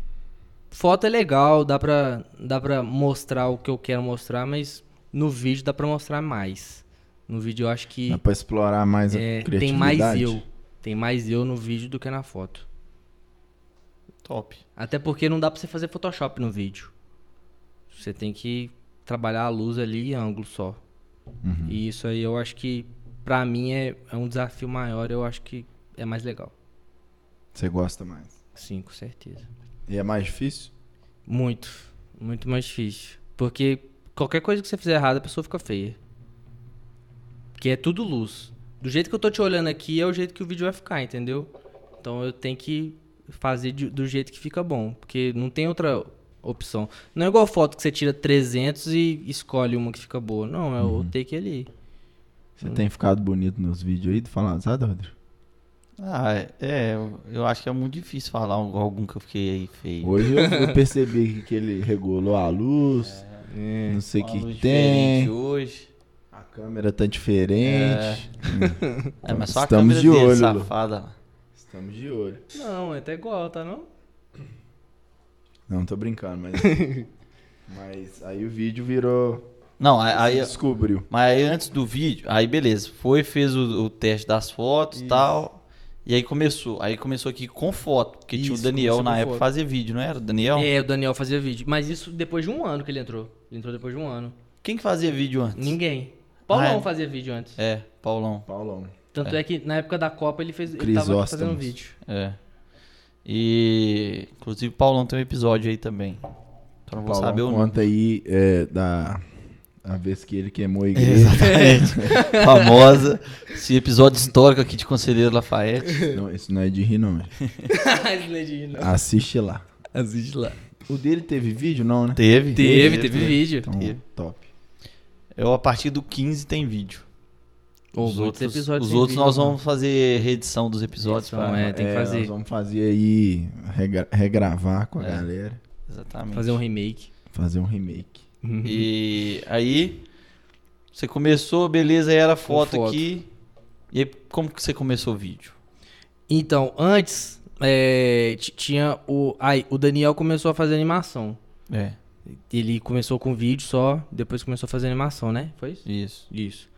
Foto é legal, dá pra, dá pra mostrar o que eu quero mostrar, mas no vídeo dá pra mostrar mais. No vídeo eu acho que.
Dá pra explorar mais
É,
a criatividade?
tem mais eu. Tem mais eu no vídeo do que na foto.
Top.
Até porque não dá pra você fazer Photoshop no vídeo. Você tem que trabalhar a luz ali e ângulo só. E isso aí eu acho que, pra mim, é, é um desafio maior. Eu acho que é mais legal.
Você gosta mais.
Sim, com certeza.
E é mais difícil?
Muito. Muito mais difícil. Porque qualquer coisa que você fizer errado, a pessoa fica feia. Porque é tudo luz. Do jeito que eu tô te olhando aqui, é o jeito que o vídeo vai ficar, entendeu? Então eu tenho que fazer de- do jeito que fica bom. Porque não tem outra opção. Não é igual foto que você tira 300 e escolhe uma que fica boa. Não, é
Uhum.
o take ali.
Você
Hum.
tem ficado bonito nos vídeos aí do Falazada, Rodrigo?
Ah, é, é, eu- eu acho que é muito difícil falar um- algum que eu fiquei aí feio.
Hoje eu,
<laughs>
eu percebi que ele regulou a luz,
É,
não sei o
Uma
que
luz
que tem,
diferente hoje.
a câmera tá diferente.
É, mas só a
Estamos
câmera
de
dele,
olho, Lu.
safada. lá.
Estamos de olho.
Não, é até igual, tá não?
Não, tô brincando, mas...
<laughs>
mas aí o vídeo virou...
Não, aí, aí-
Descobriu.
mas aí antes do vídeo, aí beleza, foi, fez o, o teste das fotos e tal. E aí começou. Aí começou aqui com foto. Porque tinha o
Isso,
Daniel
começou
na
com
época
foto.
fazer vídeo, não era? O Daniel?
É, o Daniel fazia vídeo. Mas isso depois de um ano que ele entrou. Ele entrou depois de um ano.
Quem que fazia vídeo antes?
Ninguém. Paulão
Ah, é.
fazia vídeo antes.
É, Paulão.
Paulão.
Tanto é. que na época da Copa ele fez. Ele tava
Crisóstomo.
aqui fazendo vídeo. <laughs>
É. E. Inclusive, o Paulão tem um episódio aí também. Só não vou
Paulão
saber o nome. <laughs>
conta aí é, da... A vez que ele queimou a
<laughs>
igreja.
Exatamente.
<laughs>
Famosa. Esse episódio histórico aqui de Conselheiro Lafayette.
Não, isso não é de rir, não. gente. Assiste lá.
Assiste lá.
O dele teve vídeo, não, né?
Teve?
Teve, teve vídeo.
Então,
Teve.
top.
Eu, a partir do 15 tem vídeo.
Ou
os
muitos
outros,
episódios
os
sem
outros
vídeo, né?
nós
mano.
vamos fazer reedição dos episódios.
Reedição,
pra-
é. tem que fazer. É.
Nós vamos fazer aí, regra- regravar com a galera,
Exatamente.
fazer um remake.
fazer um remake.
Uhum.
E aí, você começou, beleza, aí era foto,
foto.
aqui. E aí, como que você começou o vídeo?
Então, antes, é, t- tinha o. Aí, o Daniel começou a fazer animação.
É,
Ele começou com vídeo só, depois começou a fazer animação, né? Foi isso?
isso.
Isso.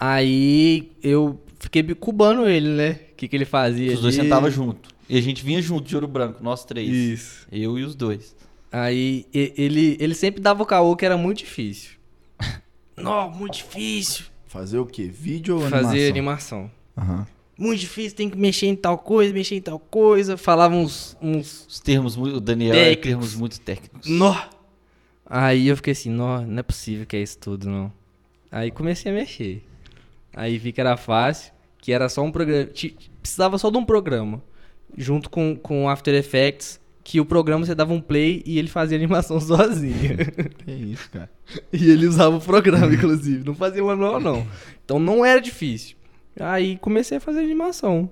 Aí eu fiquei cubando ele, né? O que, que ele fazia?
Os dois
ali.
sentavam junto. E a gente vinha junto de Ouro Branco, nós três.
É Isso.
Eu e os dois.
Aí e- ele, ele sempre dava o caô que era muito <laughs> difícil. Não, muito difícil
Fazer o quê? Vídeo ou animação?
fazer animação.
Aham.
Muito difícil, tem que mexer em tal coisa, mexer em tal coisa. Falava uns. uns
Os termos, mu- o Daniel é
Técnicos.
termos muito técnicos.
nó. Aí eu fiquei assim, nó, não é possível que é isso tudo, não. Aí comecei a mexer. Aí vi que era fácil, que era só um programa. ti- Precisava só de um programa. Junto com, com o After Effects, que o programa você dava um play e ele fazia a animação <laughs> sozinho.
Que isso, cara.
E ele usava o programa, inclusive. Não fazia manual, não. Então não era difícil. Aí comecei a fazer animação.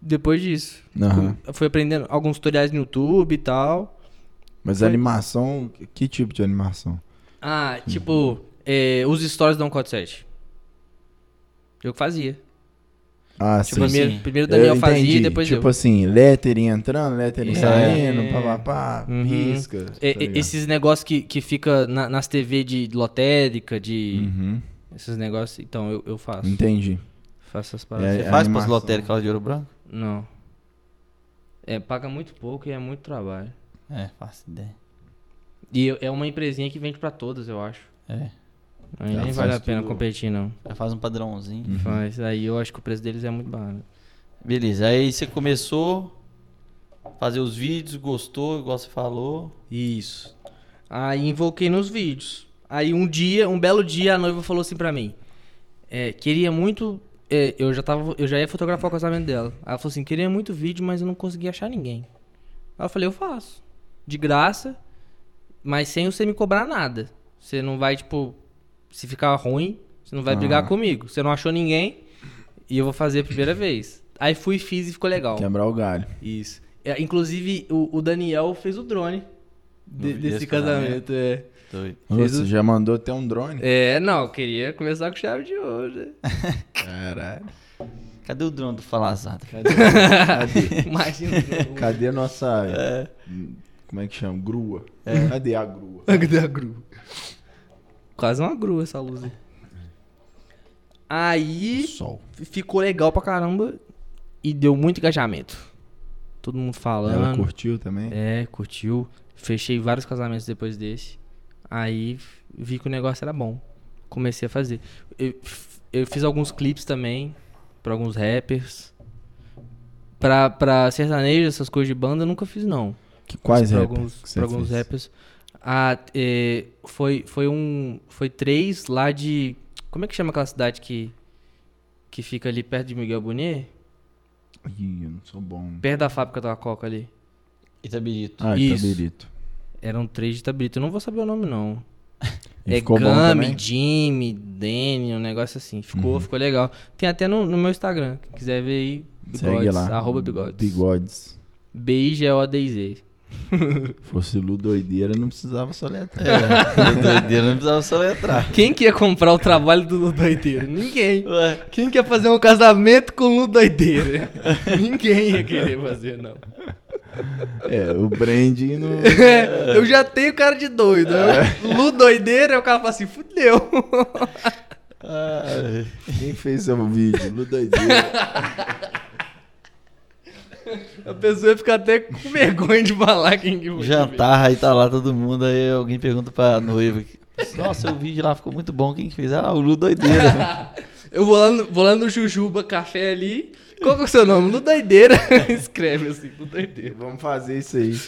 Depois disso.
Aham.
Eu Fui aprendendo alguns tutoriais no YouTube e tal.
Mas animação, que tipo de animação?
Ah, tipo, é, os stories do 147. Eu que fazia.
Ah,
Tipo,
sim.
primeiro,
sim.
primeiro o Daniel
Eu
fazia
entendi.
e depois
Tipo
eu.
assim, lettering entrando, lettering
É.
saindo, papapá,
Uhum.
pisca. tá
É, é,
ligado?
esses negócios que, que fica na- nas TV de lotérica, de.
Uhum.
Esses negócios. Então, eu, eu faço.
Entendi.
Faço essas
É,
paradas.
Você
é
faz pras
animação.
lotéricas lá de Ouro Branco?
Não. É, paga muito pouco e é muito trabalho.
É, faço ideia.
E eu- é uma empresinha que vende pra todas, eu acho.
É.
Aí
Já
nem
Tá, faz
vale a pena
tudo. Uhum.
competir, não.
Já faz um padrãozinho.
Mas aí eu acho que o preço deles é muito barato.
Beleza, aí você começou a fazer os vídeos, gostou, igual você falou.
Isso. Aí invoquei nos vídeos. Aí um dia, um belo dia, a noiva falou assim pra mim: é, queria muito. é, eu já tava, eu já ia fotografar o casamento dela. Ela falou assim: queria muito vídeo, mas eu não consegui achar ninguém. Aí eu falei: eu faço. De graça, mas sem você me cobrar nada. Você não vai, tipo, se ficar ruim, você não vai brigar comigo. Você não achou ninguém e eu vou fazer a primeira vez. Aí fui, fiz e ficou legal.
Quebrar o galho.
Isso. É, inclusive, o, o Daniel fez o drone de-
vi
desse
esse
casamento. É.
Doido.
Fez
Você
o-
já mandou até um drone?
é, não, eu queria começar com chave de ouro. né?
Caralho.
Cadê o drone do Falazada?
<laughs> Imagina. né?
Cadê a nossa. Como é que chama? Grua.
É.
Cadê a grua?
Cadê a grua? Quase uma grua essa luz aí. Aí
Sol.
f- ficou legal pra caramba e deu muito engajamento. Todo mundo
Ela
falando.
curtiu também?
É, curtiu. Fechei vários casamentos depois desse. Aí f- vi que o negócio era bom. Comecei a fazer. Eu, f- eu fiz alguns clipes também pra alguns rappers. Pra, pra sertanejo, essas coisas de banda, eu nunca fiz, não.
Que, quais
pra
rappers?
alguns,
que você
pra alguns
fez?
rappers. Ah, é, foi, foi um. Foi três lá de. Como é que chama aquela cidade que. Que fica ali perto de Miguel Bonet?
Ih, eu não sou bom.
Perto da fábrica da Coca ali.
<laughs> Itabirito.
Ah,
Isso.
Itabirito.
Eram três de Tabrito. Eu não vou saber o nome, não.
E
é
ficou bom
Gami,
também? Uhum.
Jimmy, Danny, um negócio assim. Ficou, ficou legal. Tem até no, no meu Instagram. Quem quiser ver aí, bigodes,
Segue lá. Uhum.
arroba bigodes. é
Bigodes.
B-I-G-O-D-I-Z.
Fosse Lu doideira, não precisava soletrar.
É, doideira, não precisava só entrar.
Quem que ia comprar o trabalho do Lu Doideira? Ninguém.
Ué,
Quem quer fazer um casamento com o Lu
<laughs>
Doideira? Ninguém ia querer fazer, não.
É, o branding não.
<laughs>
É.
eu já tenho cara de doido. né? Lu Doideira, aí o cara fala assim, fudeu.
Quem fez seu vídeo? Lu doideira.
A pessoa ia ficar até com vergonha de falar quem que foi.
jantar, aí tá lá todo mundo, aí alguém pergunta pra noiva. Nossa, o vídeo lá ficou muito bom, quem que fez? Ah, <laughs> o Lu doideira.
Eu vou lá, no, vou lá no Jujuba Café ali. Qual que é o seu nome? No Doideira. <laughs> Escreve assim, no Doideira.
vamos fazer isso aí. <laughs>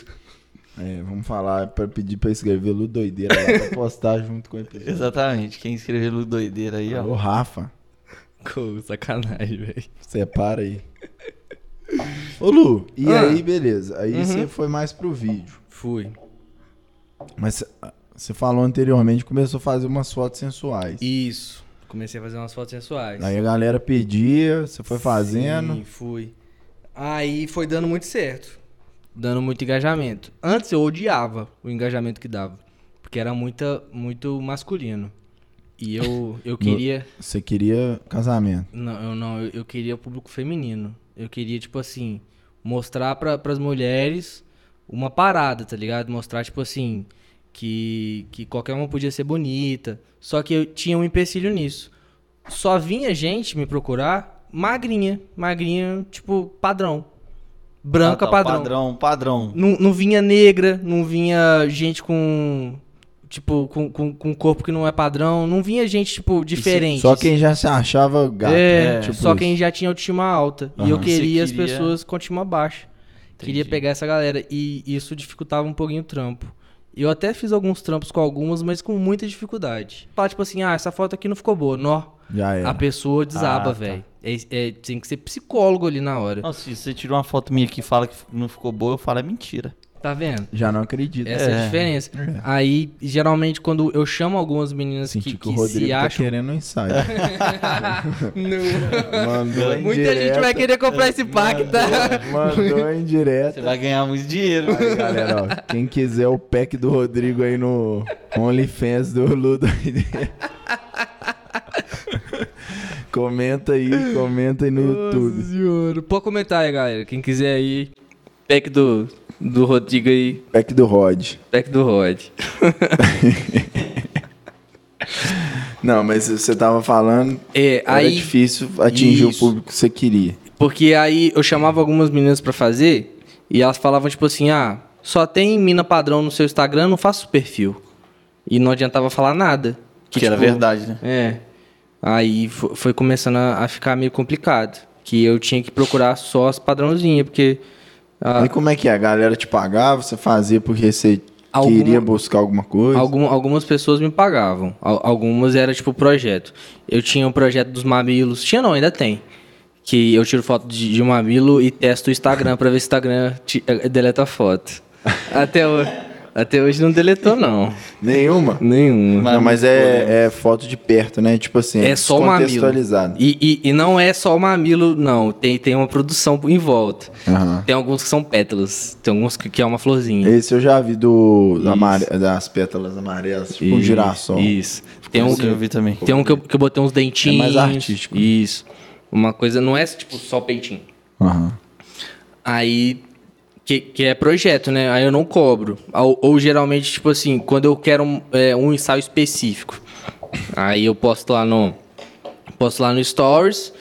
É, vamos falar pra pedir pra escrever Lu doideira lá pra postar junto com o episódio.
Exatamente, quem escreveu Lu doideira aí, ó.
Ô, Rafa,
Pô, sacanagem, velho.
separa aí. Ô, Lu, e
Ah.
aí, beleza. Aí você foi mais pro vídeo.
Fui.
Mas ah, você falou anteriormente que começou a fazer umas fotos sensuais.
Isso. Comecei a fazer umas fotos sensuais.
Aí a galera pedia, você foi fazendo.
Sim, fui. Aí foi dando muito certo. Dando muito engajamento. Antes eu odiava o engajamento que dava. Porque era muita, muito masculino. E eu, eu queria.
Você queria casamento.
Não, eu não, eu, eu queria público feminino. Eu queria, tipo assim, mostrar pra, pras mulheres uma parada, tá ligado? Mostrar, tipo assim, que, que qualquer uma podia ser bonita. Só que eu tinha um empecilho nisso. Só vinha gente me procurar magrinha, magrinha, tipo, padrão. branca
Ah, tá, o
padrão.
Padrão, padrão.
Não, não vinha negra, não vinha gente com. Tipo, com, com, com corpo que não é padrão. Não vinha gente, tipo, diferente.
Só quem já se achava gato.
É,
né? Tipo
só quem
isso.
já tinha autoestima alta. E
Aham.
eu queria as
Você queria-
pessoas com autoestima baixa. Queria
Entendi.
pegar essa galera. E isso dificultava um pouquinho o trampo. Eu até fiz alguns trampos com algumas, mas com muita dificuldade. Falar, tipo assim, ah, essa foto aqui não ficou boa. Nó.
Já era.
A pessoa desaba,
Ah, tá.
velho. É- é, tem que ser psicólogo ali na hora.
Não, se você tirou uma foto minha que fala que não ficou boa, eu falo, é mentira.
Tá vendo?
Já não acredito.
Essa é, a
É.
diferença.
É.
Aí, geralmente, quando eu chamo algumas meninas
Senti
que,
que,
que
o Rodrigo
se
tá
acham.
querendo um insight.
<laughs> Não.
<laughs> Mandou em
Muita gente vai querer comprar esse pack, tá? <laughs>
Mandou em direto.
Você vai ganhar muito dinheiro.
Aí, galera, ó, quem quiser o pack do Rodrigo aí no OnlyFans do Ludo aí <laughs> dentro. Comenta aí, comenta aí no YouTube.
Senhora. Pode comentar aí, galera. Quem quiser aí. Pack do, do Rodrigo aí.
Pack do Rod.
Pack do Rod.
Não, mas você tava falando
É,
era
aí.
difícil atingir
Isso.
o público que você queria.
Porque aí eu chamava algumas meninas pra fazer e elas falavam tipo assim: ah, só tem mina padrão no seu Instagram, não faça o perfil. E não adiantava falar nada.
Que era
tipo,
verdade, né?
É. Aí fo- foi começando a, a ficar meio complicado. Que eu tinha que procurar só as padrãozinhas, porque. ah,
E como é que é? A galera te pagava, você fazia porque você
Alguma-
queria buscar alguma coisa?
Algum- algumas pessoas me pagavam. Al- algumas era tipo projeto. Eu tinha um projeto dos mamilos. Tinha não, ainda tem. Que eu tiro foto de, de um mamilo e testo o Instagram pra ver se o Instagram ti- eh, deleta a
<laughs>
foto. Até, ho- até hoje não deletou, não.
Nenhuma?
Nenhuma.
Não, mas é, é foto de perto, né? Tipo assim,
É só o mamilo.
contextualizado.
E, e- e não é só o mamilo, não. Tem, tem uma produção em volta.
Aham.
Tem alguns que são pétalas. Tem alguns que, que é uma florzinha.
Esse eu já vi do, da amare- das pétalas amarelas, tipo um
Isso,
girassol.
Isso. Tem um,
Esse eu vi também.
Tem um que eu, que eu botei uns dentinhos.
É mais artístico.
Isso. Uma coisa, não é tipo só peitinho.
Aham.
Aí, que, que é projeto, né? Aí eu não cobro. Ou, ou geralmente, tipo assim, quando eu quero um, é, um ensaio específico. Aí eu posto lá no. Posto lá no Stories.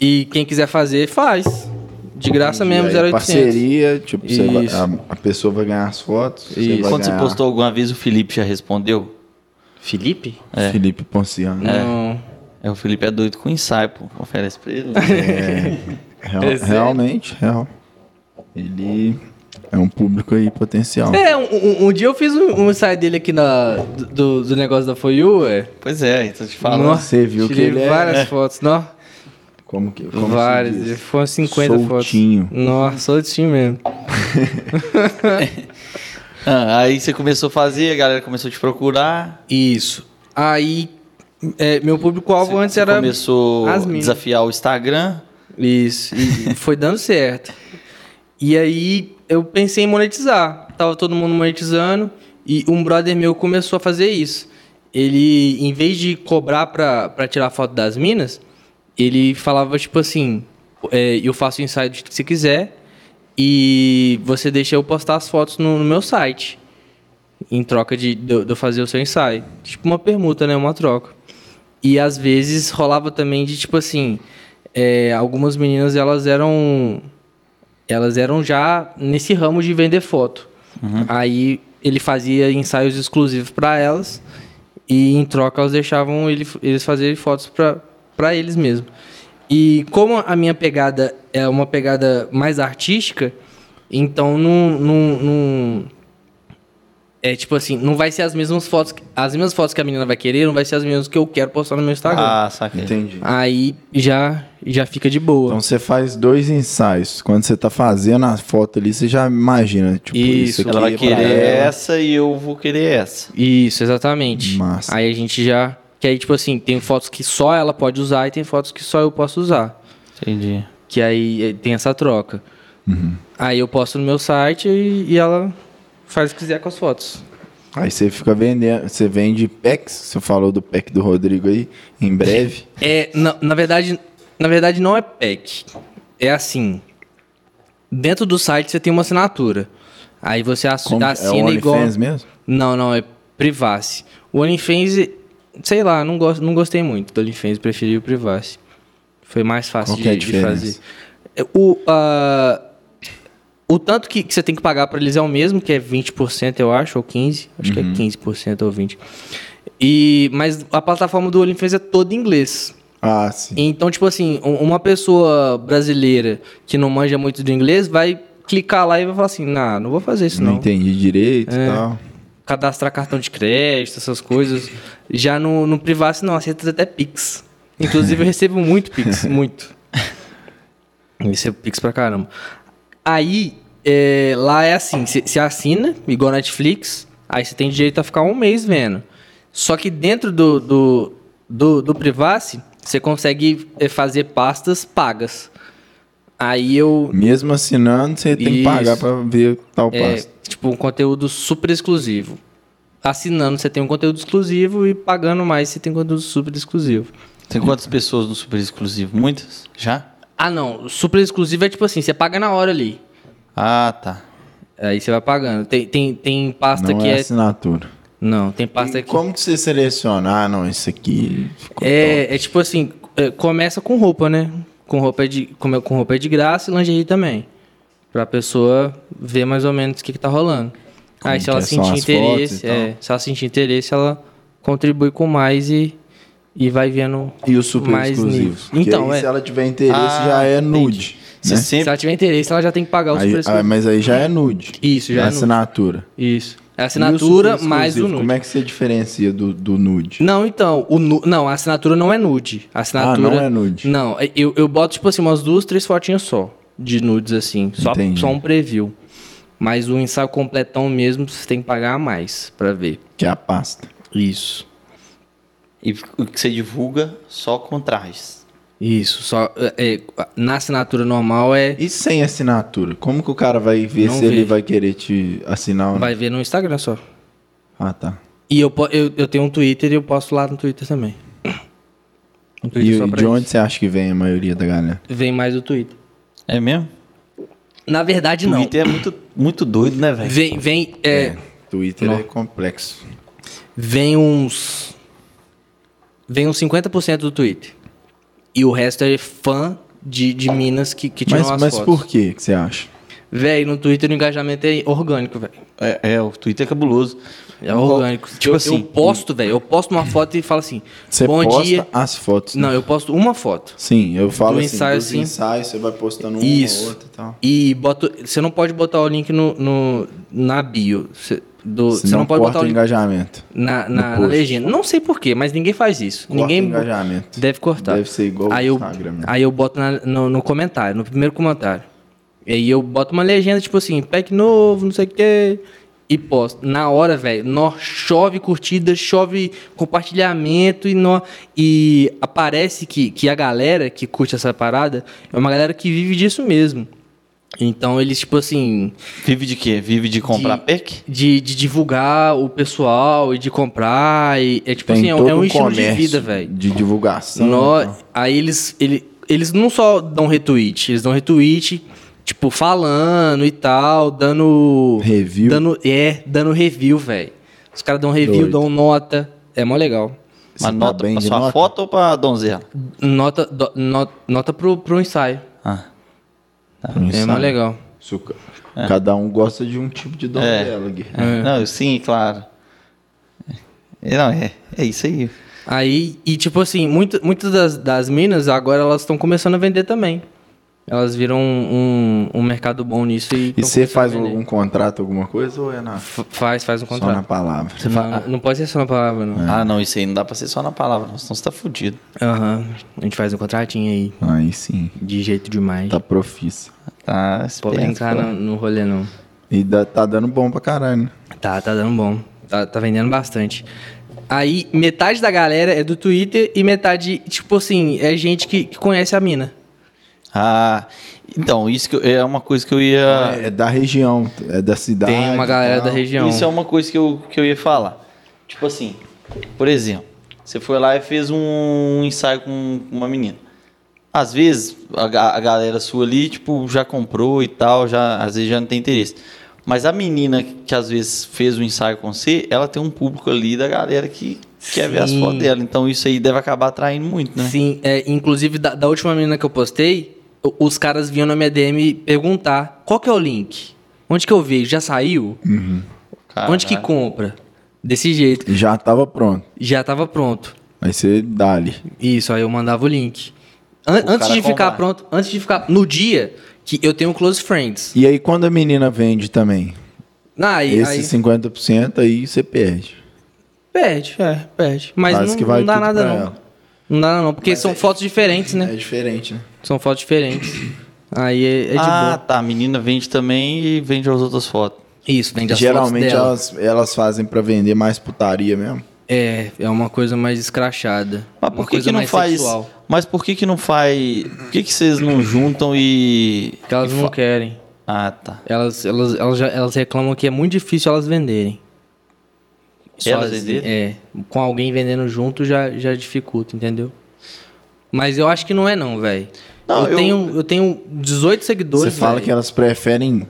E quem quiser fazer, faz. De graça mesmo,
E aí, é
0800.
Parceria, tipo, você vai-
Isso.
a, a pessoa vai ganhar as fotos. Você
Isso.
vai
Quando você
ganhar
postou alguma vez, o Felipe já respondeu?
Felipe?
Felipe Ponciano.
Não.
É, o Felipe é doido com ensaio, pô. Oferece pra ele.
<laughs>
Real-
É sério?
realmente, real. Ele é um público aí potencial.
É, um, um- um dia eu fiz um, um ensaio dele aqui na, do, do negócio da For You, é.
pois é, então te falando.
Nossa,
Você viu que
tirei
ele é-
várias fotos, não?
Como que como se
Várias,
diz?
foram 50
Soltinho.
fotos. Nossa, soltinho mesmo.
Ah, aí você começou a fazer, a galera começou a te procurar.
Isso. Aí, é, meu público-alvo
Você-
antes
você
era.
começou a
as minas.
desafiar o Instagram.
Isso, e foi dando certo. E aí, eu pensei em monetizar. Tava todo mundo monetizando e um brother meu começou a fazer isso. Ele, em vez de cobrar pra, pra tirar foto das minas, ele falava tipo assim: é, eu faço o ensaio do jeito que você quiser e você deixa eu postar as fotos no- no meu site. em troca de, de, eu- de eu fazer o seu ensaio. Tipo uma permuta, né? Uma troca. E às vezes rolava também de tipo assim, é, algumas meninas elas eram elas eram já nesse ramo de vender foto. Aí ele fazia ensaios exclusivos para elas e em troca elas deixavam ele, eles fazerem fotos para eles mesmo. E como a minha pegada é uma pegada mais artística, então não, não, não é tipo assim, não vai ser as mesmas fotos, que- as mesmas fotos que a menina vai querer, não vai ser as mesmas que eu quero postar no meu Instagram.
Ah, saquei.
Entendi.
É. Aí já já fica de boa.
Então você faz dois ensaios. Quando você tá fazendo a foto ali, você já imagina, tipo,
Isso,
isso, aqui
Ela vai
é pra
querer
ela.
essa e eu vou querer essa.
Isso, exatamente.
Massa.
Aí a gente já. Que aí, tipo assim, tem fotos que só ela pode usar e tem fotos que só eu posso usar.
Entendi.
Que aí eh, tem essa troca.
Uhum.
Aí eu posto no meu site e, e ela faz o que quiser com as fotos.
Aí você fica vendendo, você vende packs, você falou do pack do Rodrigo aí,
<laughs>
em breve.
É, na, na verdade, na verdade não é pack. É assim. Dentro do site você tem uma assinatura. Aí você assi-
Como que- é o
assina igual.
OnlyFans mesmo?
Não, não, é Privacy. O OnlyFans, sei lá, não, gosto, não gostei muito do OnlyFans, preferi o Privacy. Foi mais fácil
Qual que é a
de, de
diferença?
fazer. É, O, ah, O tanto que, que você tem que pagar para eles é o mesmo, que é 20%, eu acho, ou 15%. Acho
Uhum.
que é 15% ou 20%. E, mas a plataforma do Olimfez é toda em inglês.
Ah, sim.
Então, tipo assim, um- uma pessoa brasileira que não manja muito de inglês vai clicar lá e vai falar assim, nah, não vou fazer isso É.
Não
não.
entendi direito e tal.
Cadastrar cartão de crédito, essas coisas. Já no, no Privacy não, aceita até Pix. Inclusive eu recebo muito Pix, muito. Eu recebo Pix pra caramba. Aí, é, lá é assim, você assina, igual Netflix, aí você tem direito a ficar um mês vendo. Só que dentro do, do, do, do Privacy, você consegue é, fazer pastas pagas. Aí eu,
Mesmo assinando, você tem que
Isso.
pagar pra ver tal
é,
passo.
tipo, um conteúdo super exclusivo. Assinando, você tem um conteúdo exclusivo e pagando mais, você tem um conteúdo super exclusivo.
Tem quantas pessoas no super exclusivo? Muitas? Já?
Ah, não. Super exclusivo é tipo assim, você paga na hora ali.
Ah, tá.
Aí você vai pagando. Tem, tem, tem pasta
Não
que
é
é...
assinatura.
Não, tem pasta
E
que...
como que você seleciona? Ah, não, esse aqui ficou top.
É, é tipo assim, é, começa com roupa, né? Com roupa é de, com, com roupa é de graça e lingerie também. Pra pessoa ver mais ou menos o que, que tá rolando.
Como
Aí se
que
ela
é,
sentir
são as fotos e
interesse, é,
tal?
se ela sentir interesse, ela contribui com mais e, e vai vendo.
E os super
mais
exclusivos.
nisso.
Porque
Então,
aí,
é.
se ela tiver interesse,
Ah,
já é
entendi.
nude.
Você
né?
Se
sempre.
ela tiver interesse, ela já tem que pagar é os
Aí-
preços.
ah, mas aí já é nude.
Isso, já é nude.
assinatura.
Isso. É a
E o
assinatura
super
mais o
exclusivo,
nude.
Como é que você diferencia do, do nude?
Não, então, o nu... não, a assinatura não é nude. A assinatura
Ah, não é nude.
Não, eu, eu boto, tipo assim, umas duas, três fotinhas só de nudes, assim. Só,
Entendi.
só um preview. Mas o ensaio completão mesmo, você tem que pagar a mais pra ver.
Que é a pasta.
Isso.
E o que você divulga só com trajes.
Isso, só... é, é, na assinatura normal é...
E sem assinatura? Como que o cara vai ver
Não
se
vê.
ele vai querer te assinar ou não?
Vai ver no Instagram só.
Ah, tá.
E eu, po- eu, eu tenho um Twitter e eu posto lá no Twitter também. Um
E,
Twitter só
e
pra
de
isso.
onde você acha que vem a maioria da galera?
Vem mais do Twitter.
É mesmo?
Na verdade,
O
não.
Twitter é muito, muito doido, né, velho?
Vem, vem, é,
Twitter
Não.
é complexo.
vem uns. Vem uns 50% do Twitter. E o resto é fã de, de Minas que, que tiram
Mas,
as
mas
fotos.
por que que você acha?
Véi, no Twitter o engajamento é orgânico, velho.
É, é, o Twitter é cabuloso.
É orgânico.
Tipo
eu,
assim,
eu posto, velho. Eu posto uma foto e falo assim:
Você
Bom
posta
dia.
as fotos. né?
Não, eu posto uma foto.
Sim, eu falo
Do
assim,
ensaio,
dos
sim.
ensaios, você vai postando um
Isso.
ou outro e tal.
E boto. Você não pode botar o link no, no, na bio. Você, do,
Você
você não, pode botar um Tipo o
o
link
engajamento.
na, na, na
post.
legenda. Não sei porquê, mas ninguém faz isso.
Corta o
ninguém.
engajamento.
Deve cortar.
Deve ser igual
aí eu,
o Instagram. né?
Aí eu boto na- no, no comentário, no primeiro comentário. E aí eu boto uma legenda, tipo assim, pack novo, não sei o quê. E posto. Na hora, velho, nó, chove curtida, chove compartilhamento e nó. E aparece que, que a galera que curte essa parada é uma galera que vive disso mesmo. Então eles, tipo assim,
Vive de quê? Vive de comprar
De-
pack?
de, de divulgar o pessoal e de comprar. E, é tipo
Tem
assim, é, um-
todo
é um
um
estilo de
comércio
vida,
então.
velho.
De divulgação. né?
Nó-
e tal.
aí eles, ele- eles não só dão retweet, eles dão retweet, tipo, falando e tal, dando.
Review.
Dando, é, dando review, velho. Os caras dão review,
Doido.
dão nota. É mó legal.
Você
Uma
tá
nota
bem
pra
de
sua
nota?
foto ou pra donzela?
Nota, do- no- nota pro, pro ensaio.
Ah.
Não
É mó
sabe.
legal.
Isso, ca- Cada um gosta de um tipo de dom
É.
dela, Gui.
Não, sim, claro. É, Não, é, é isso aí.
Aí, e tipo assim, muito, muitas das, das minas agora elas estão começando a vender também. Elas viram um, um, um mercado bom nisso e.
E
tão
você
começando
faz
a vender.
algum contrato, alguma coisa, ou é na...
F- Faz, faz um
só na
contrato.
palavra?
Não, não pode ser só na palavra, não.
Ah, não, isso aí não dá pra ser só na palavra, não, senão você tá fudido.
É.
Aham, a gente faz um contratinho aí,
Aí sim,
de jeito demais.
tá profissa.
Tá,
Pode
esperto,
brincar
pô.
no, no rolê não.
E dá- tá dando bom pra caralho, né?
Tá, tá dando bom. Tá, tá vendendo bastante. Aí, metade da galera é do Twitter e metade, tipo assim, é gente que, que conhece a mina.
Ah, então, isso que eu- é uma coisa que eu ia.
É da região, é da cidade.
Tá. Tem uma galera da
tal.
região.
Isso é uma coisa que eu, que eu ia falar. Tipo assim, por exemplo, você foi lá e fez um ensaio com uma menina. Às vezes, a, ga- a galera sua ali, tipo, já comprou e tal, já, às vezes já não tem interesse. Mas a menina que às vezes fez o ensaio com você, ela tem um público ali da galera que quer ver as
Sim.
fotos dela. Então isso aí deve acabar atraindo muito, né?
Sim, é, inclusive da, da última menina que eu postei, o- os caras vinham na minha DM perguntar qual que é o link? Onde que eu vejo? Já saiu? Onde que
Caralho.
compra? Desse jeito.
Já tava pronto.
Já tava pronto.
Aí você dali.
Isso, aí eu mandava o link. An-
O
antes
cara
de ficar
comprar.
pronto, antes de ficar. No dia que eu tenho close friends.
E aí quando a menina vende também,
Ah, aí,
esse
aí
50% aí você perde.
perde, é, perde. Mas
Parece
não,
que vai
não dá
tudo
nada,
pra
não.
ela.
Não dá nada, não, porque são
é-
fotos diferentes, né?
É diferente, né?
São fotos diferentes. Aí é, é de
ah,
boa.
tá. A menina vende também e vende as outras fotos.
Isso, vende as fotos
Geralmente
dela.
elas, elas fazem pra vender mais putaria mesmo.
É, é uma coisa mais escrachada.
Mas
uma
por que,
coisa
que não
mais
faz.
sexual.
Mas por que, que não faz. Por que, que vocês não juntam e.
Que elas
e
não
fa-
querem.
Ah, tá.
Elas, elas, elas, já- elas reclamam que é muito difícil elas venderem.
Elas
Sozinha-
venderem?
É. Com alguém vendendo junto já, já dificulta, entendeu? Mas eu acho que não é não, velho.
Não,
eu,
eu-
Tenho, um- eu tenho 18
Você
seguidores,
fala
velho.
que é- elas preferem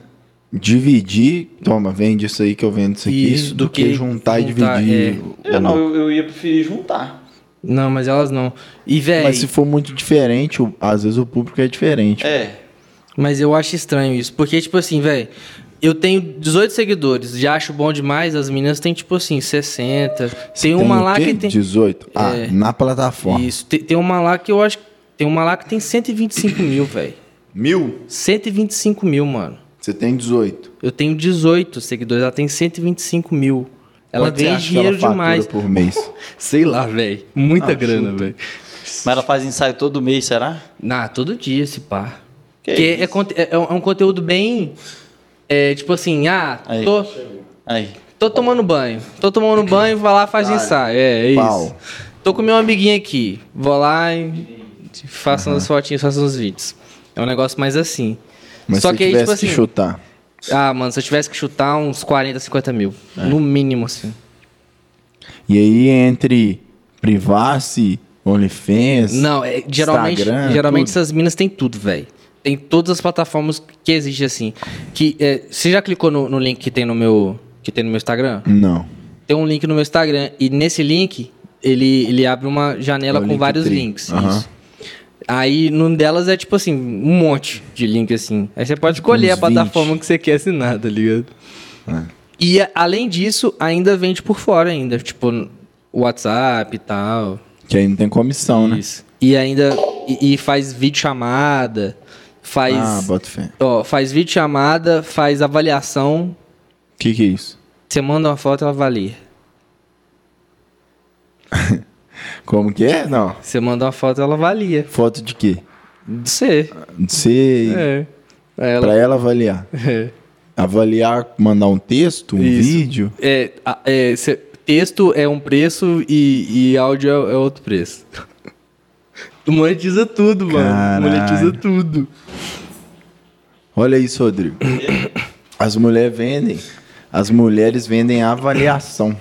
dividir, toma, vende isso aí que eu vendo isso aqui,
Isso,
do
do
que,
que
juntar e
juntar, é.
dividir.
Eu não, eu, eu ia preferir juntar.
Não, mas elas não. E, velho,
Mas se
mas,
for muito diferente, o- às vezes o público é diferente.
É.
eu acho estranho isso. Porque, tipo assim, velho, eu tenho 18 seguidores, já acho bom demais. As meninas têm, tipo assim, 60. tem uma
o
lá
quê?
que tem... É.
18? Ah, na plataforma.
Isso. Tem, tem uma lá que eu acho. Tem uma lá que tem 125 mil, velho.
Mil?
125 mil, mano.
Você tem 18.
Eu tenho 18 seguidores, ela tem 125 mil. Ela
Quanto você
ganha
acha que ela
dinheiro
fatura
demais.
por
<laughs>
mês?
Sei lá, velho. Muita grana, velho.
Mas ela faz ensaio todo mês, será?
Ah, todo dia esse pá.
Que
Porque é,
isso?
conte- é- é um é um conteúdo bem. é, tipo assim, ah,
Aí.
tô,
Aí.
tô tomando banho. Tô tomando banho, vou lá fazer ensaio. É, é isso.
Pau.
Tô com meu amiguinho aqui. Vou lá e faço umas fotinhas, faço uns vídeos. É um negócio mais assim.
Mas
Só
se
que aí,
tivesse
tipo assim.
que chutar. É.
Ah, mano, se eu tivesse que chutar uns 40, 50 mil. No mínimo, assim.
E aí entre privacy, OnlyFans,
Não, é, geralmente,
Instagram,
geralmente
tudo.
essas minas têm tudo, velho. Tem todas as plataformas que existem, assim. Que, é, você já clicou no, no link que tem no meu. Que tem no meu Instagram?
Não.
Tem um link no meu Instagram. E nesse link, ele, ele abre uma janela
É o
com vários
Linktree.
links.
Aham.
Isso. Aí, num delas é tipo assim, um monte de link assim. Aí você pode escolher
uns
a plataforma
20.
que você quer assinar, tá ligado?
É.
E a- além disso, ainda vende por fora ainda, tipo no WhatsApp e tal.
Que aí não tem comissão, né?
Isso. E ainda e, e faz videochamada, faz
Ah, bota fé.
ó, faz videochamada, faz avaliação.
O que, que é isso?
Você manda uma foto, ela avalia.
Como que é? Não.
Você manda uma foto, ela avalia.
Foto de quê?
De você.
De ser.
É. Ela,
Pra ela avaliar.
<laughs> é.
Avaliar, mandar um texto, um
Isso.
vídeo.
É, a- é, cê- texto é um preço e, e áudio é, é outro preço. <laughs> Tu monetiza tudo, mano.
Caralho.
Monetiza tudo.
Olha isso, Rodrigo. As mulheres vendem. As mulheres vendem a avaliação.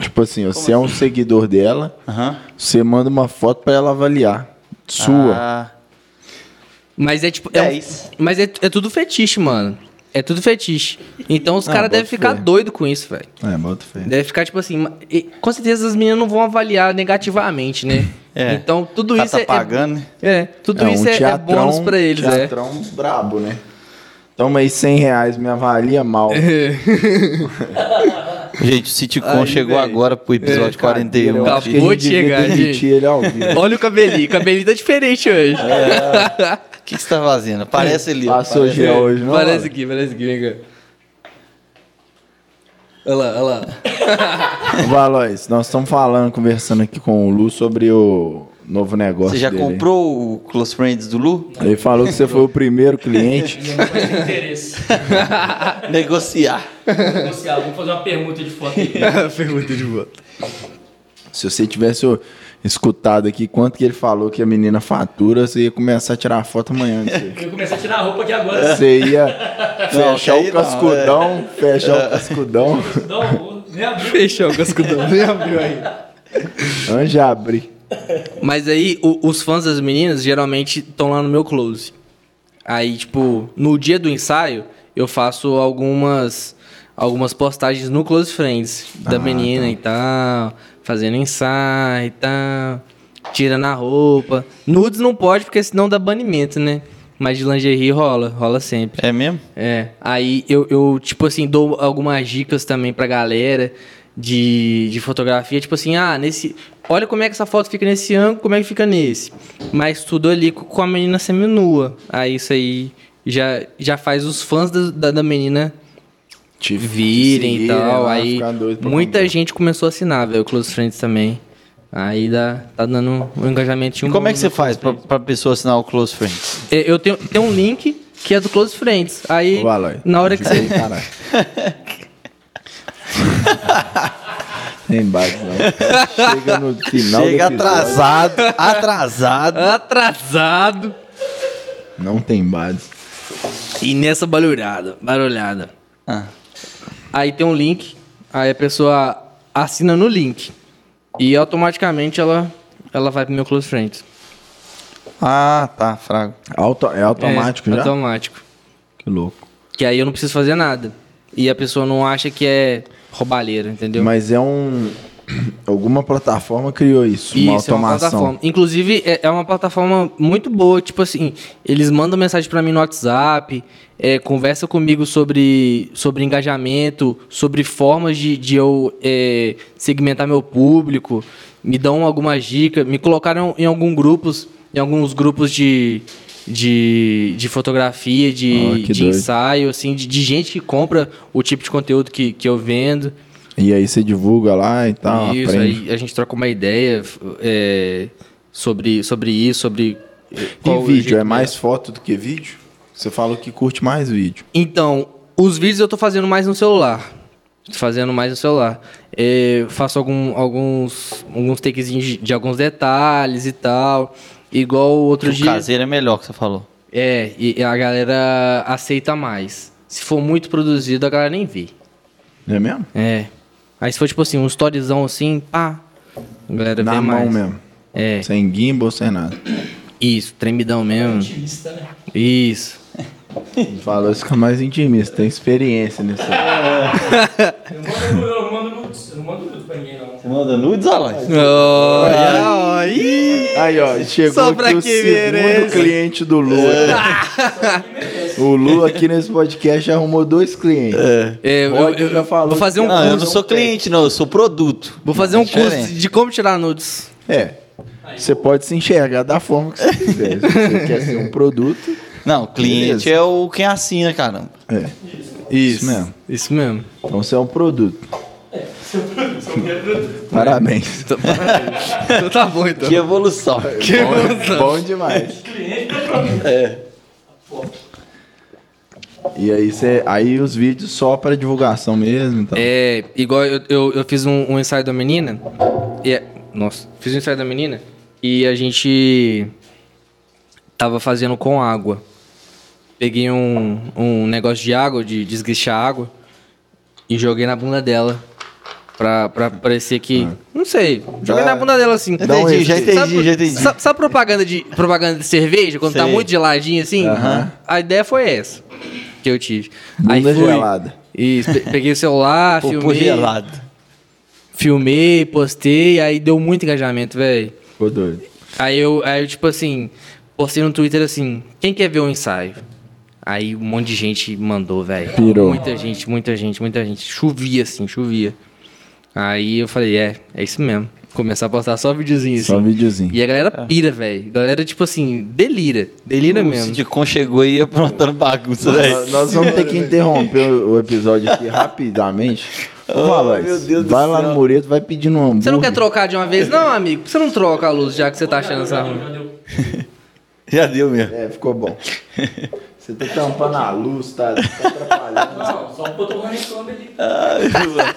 Tipo assim, você é um seguidor dela,
Aham.
você manda uma foto pra ela avaliar. Sua.
Ah,
Mas é tipo. É, um-
10.
mas é, é tudo fetiche, mano. É tudo fetiche. Então os
Ah,
caras devem
bota
ficar
fé.
doido com isso, velho.
É, bota fé.
Deve ficar tipo assim. ma- e- com certeza as meninas não vão avaliar negativamente, né?
É.
Então tudo
O cara
isso é-
tá pagando, né?
é. É, tudo isso é, é bônus pra eles, é.
um teatrão brabo, né? Toma aí 100 reais, me
<laughs>
avalia mal.
Gente, o Citicon
Aí,
chegou
véi.
agora pro episódio 41.
Eu acho que a
Acabou
gente
de
devia
chegar,
demitir
gente.
ele ao vivo.
Olha o cabelinho. O cabelinho tá diferente hoje.
É. O que, que você tá fazendo? Parece ali. ó.
Passou
Parece-
gel hoje, não?
Parece
Alan?
aqui, parece aqui, vem cá. Olha lá, olha lá.
Valois, nós estamos falando, conversando aqui com o Lu sobre o novo negócio
Você já
dele.
comprou o Close Friends do Lu?
Ele falou que você foi o
<laughs>
primeiro cliente.
Interesse.
Negociar.
Negociar, vamos fazer uma permuta de foto aí.
<laughs>
Pergunta de volta.
Se você tivesse ô, escutado aqui quanto que ele falou que a menina fatura, você ia começar a tirar a
<laughs>
foto amanhã. não sei.
Eu ia começar a tirar a roupa aqui agora.
É.
Você ia
Não,
fechar
aí
o
não, né? É.
cascudão, fechar o cascudão,
Não, vou- nem abriu.
Fechou o cascudão,
<laughs>
nem abriu ainda.
antes de abrir.
Mas aí, o- os fãs das meninas geralmente estão lá no meu close. Aí, tipo, no dia do ensaio, eu faço algumas algumas postagens no Close Friends da
Ah,
menina e tal, fazendo ensaio e tal, tirando a roupa. Nudes não pode, porque senão dá banimento, né? Mas de lingerie rola, rola sempre.
É mesmo?
É. Aí eu, eu, tipo assim, dou algumas dicas também pra galera de, de fotografia. Tipo assim, ah, nesse. Olha como é que essa foto fica nesse ângulo, como é que fica nesse. Mas tudo ali co- com a menina seminua. Aí isso aí já, já faz os fãs da, da, da menina
Te
virem e
seguirem
tal.
lá,
Aí
né? ficar doido pra
muita
comprar.
gente começou a assinar, velho. o Close Friends também. Aí dá, tá dando um engajamento.
E como é que você faz pra, pra pessoa assinar o Close Friends?
Eu tenho, tenho um link que é do Close Friends. Aí,
Ô, Aloy,
na
<laughs>
hora que
diga
você.
aí,
<laughs>
caralho. Tem base, não. Chega no final.
Chega
do episódio,
<laughs>
atrasado, atrasado.
Atrasado.
Não tem base.
E nessa barulhada, barulhada.
Ah,
Aí tem um link, aí a pessoa assina no link. E automaticamente ela, ela vai pro meu Close Friends.
Ah, tá, frago.
Auto, é automático
É,
já?
Automático.
Que louco.
Que aí eu não preciso fazer nada. E a pessoa não acha que é roubalheira, entendeu?
Mas é um. Alguma plataforma criou isso, uma
Isso, é uma
automação.
plataforma. Inclusive, é, é uma plataforma muito boa. Tipo assim, eles mandam mensagem pra mim no WhatsApp, é, conversa comigo sobre, sobre engajamento, sobre formas de, de eu é, segmentar meu público, me dão algumas dicas, me colocaram em alguns grupos, em alguns grupos de, de, de fotografia,
Ah,
de,
que
de
doido.
ensaio, assim, de, de gente que compra o tipo de conteúdo que, que eu vendo.
E aí você divulga lá e tal,
Isso,
aprende.
aí a gente troca uma ideia f- é, sobre, sobre isso, sobre. eh, qual
e
o
vídeo,
jeito
é mais foto do que vídeo? Você falou que curte mais vídeo.
Então, os vídeos eu tô fazendo mais no celular. Tô fazendo mais no celular. É, faço algum- alguns, alguns takezinhos de, de alguns detalhes e tal. Igual outro
O
dia.
caseiro é melhor que você falou.
É, e a galera aceita mais. Se for muito produzido, a galera nem vê.
Não é mesmo?
É. Aí se for tipo assim, um storyzão assim, pá. A galera
Na
vê
mão
mais.
mesmo.
É,
Sem gimbal, sem nada.
isso, tremidão mesmo.
Otimista, né?
Isso.
Falou, isso fica mais intimista, tem experiência nisso. aí.
Eu não mando- eu não mando nudes, eu não mando nudes pra ninguém, não.
Você manda nudes, Aloy?
Aí, ó, chegou
Só pra
aqui o
que
segundo
merece.
cliente do Lu. aqui. o Lu aqui nesse podcast arrumou dois clientes.
É, eu,
Pode,
eu-
já falou
vou fazer um
Não, eu não
curso.
sou cliente, não, eu sou produto.
Vou fazer um
Diferente.
curso de como tirar nudes.
É. Você pode se enxergar da forma que você
<laughs>
quiser. Se você quer ser um produto,
Não, cliente
Beleza.
é o quem assina, caramba.
é. Isso mesmo.
Isso mesmo.
Então você é um produto.
Eu
Parabéns.
Então, então <laughs> tá bom então.
Que <laughs> evolução.
é
Bom, Então, é bom demais.
é,
<laughs>
E aí, você, aí os vídeos só pra divulgação mesmo, então.
É, igual eu, eu, eu fiz um, um ensaio da menina. E, é- nossa, fiz um ensaio da menina e a gente tava fazendo com água. Peguei um, um negócio de água, de desguichar água, e joguei na bunda dela. Pra, pra parecer que. Não sei. Joguei
Dá-
na bunda dela assim.
Dá um
Entendi, É. já
respiro.
entendi, já entendi.
Sabe, sabe propaganda, de, propaganda de cerveja, quando tá
Sei.
muito geladinho assim?
Aham.
A ideia foi essa que eu tive.
Bunda
Aí fui,
gelada.
Isso, pe- peguei o celular,
Popô
filmei,
gelado.
filmei, postei, aí deu muito engajamento, velho.
Ficou doido.
Aí eu, aí eu, tipo assim, postei no Twitter assim, quem quer ver o ensaio? Aí um monte de gente mandou, velho.
Pirou.
Muita gente, muita gente, muita gente. Chovia, assim, chovia. Aí eu falei, é, é isso mesmo. Começar a postar só videozinho, assim.
Só um videozinho.
E a galera pira, velho. A galera, tipo assim, delira. Delira
O
É mesmo.
Sidcon chegou e ia aprontando bagunça, né? velho.
Nós- Nós vamos ter que interromper o o episódio aqui rapidamente. Ô, Aloysio,
meu Deus do
vai lá
céu.
no Mureto, vai pedindo um hambúrguer.
Você não quer trocar de uma vez? Não, amigo. Por que Você não troca a luz já que você tá achando essa ruim.
<laughs> Já deu mesmo.
É, ficou bom. Você tá tampando a luz, tá, tá atrapalhando.
Não, só botou o honeycomb ali.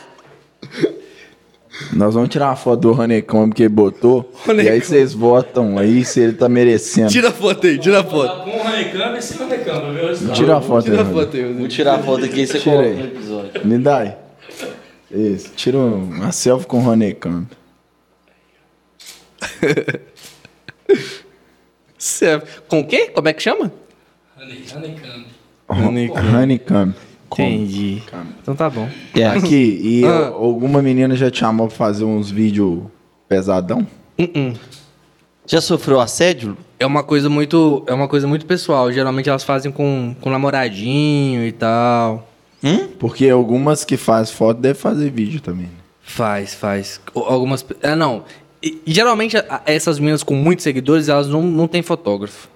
Nós vamos tirar uma foto do Honeycomb que ele botou. E aí vocês votam aí se ele tá merecendo.
Tira
Tira,
a foto aí, tira a foto.
Tá Com o honeycomb e sem o honeycomb, viu? Isso.
a foto
Tira a
aí.
foto aí.
Vou
Rodrigo.
tirar a foto aqui e você
Tira
coloca
aí.
no episódio.
Rodrigo. Me dá aí. Isso, tira um- uma selfie com o Honeycomb.
Certo. Com o quê? Como é que chama?
Honey- Honeycomb.
Honeycomb.
Honeycomb.
Entendi. Então tá bom.
É.
Aqui, e
Ah.
alguma menina já te chamou pra fazer uns vídeos pesadão?
Uh-uh.
Já sofreu assédio?
É uma coisa muito, é uma coisa muito pessoal. Geralmente elas fazem com, com namoradinho e tal.
Hum?
Porque algumas que faz foto devem fazer vídeo também. né?
Faz, faz. O- Algumas, pe- ah não. E- e geralmente a- essas meninas com muitos seguidores, elas não, não têm fotógrafo.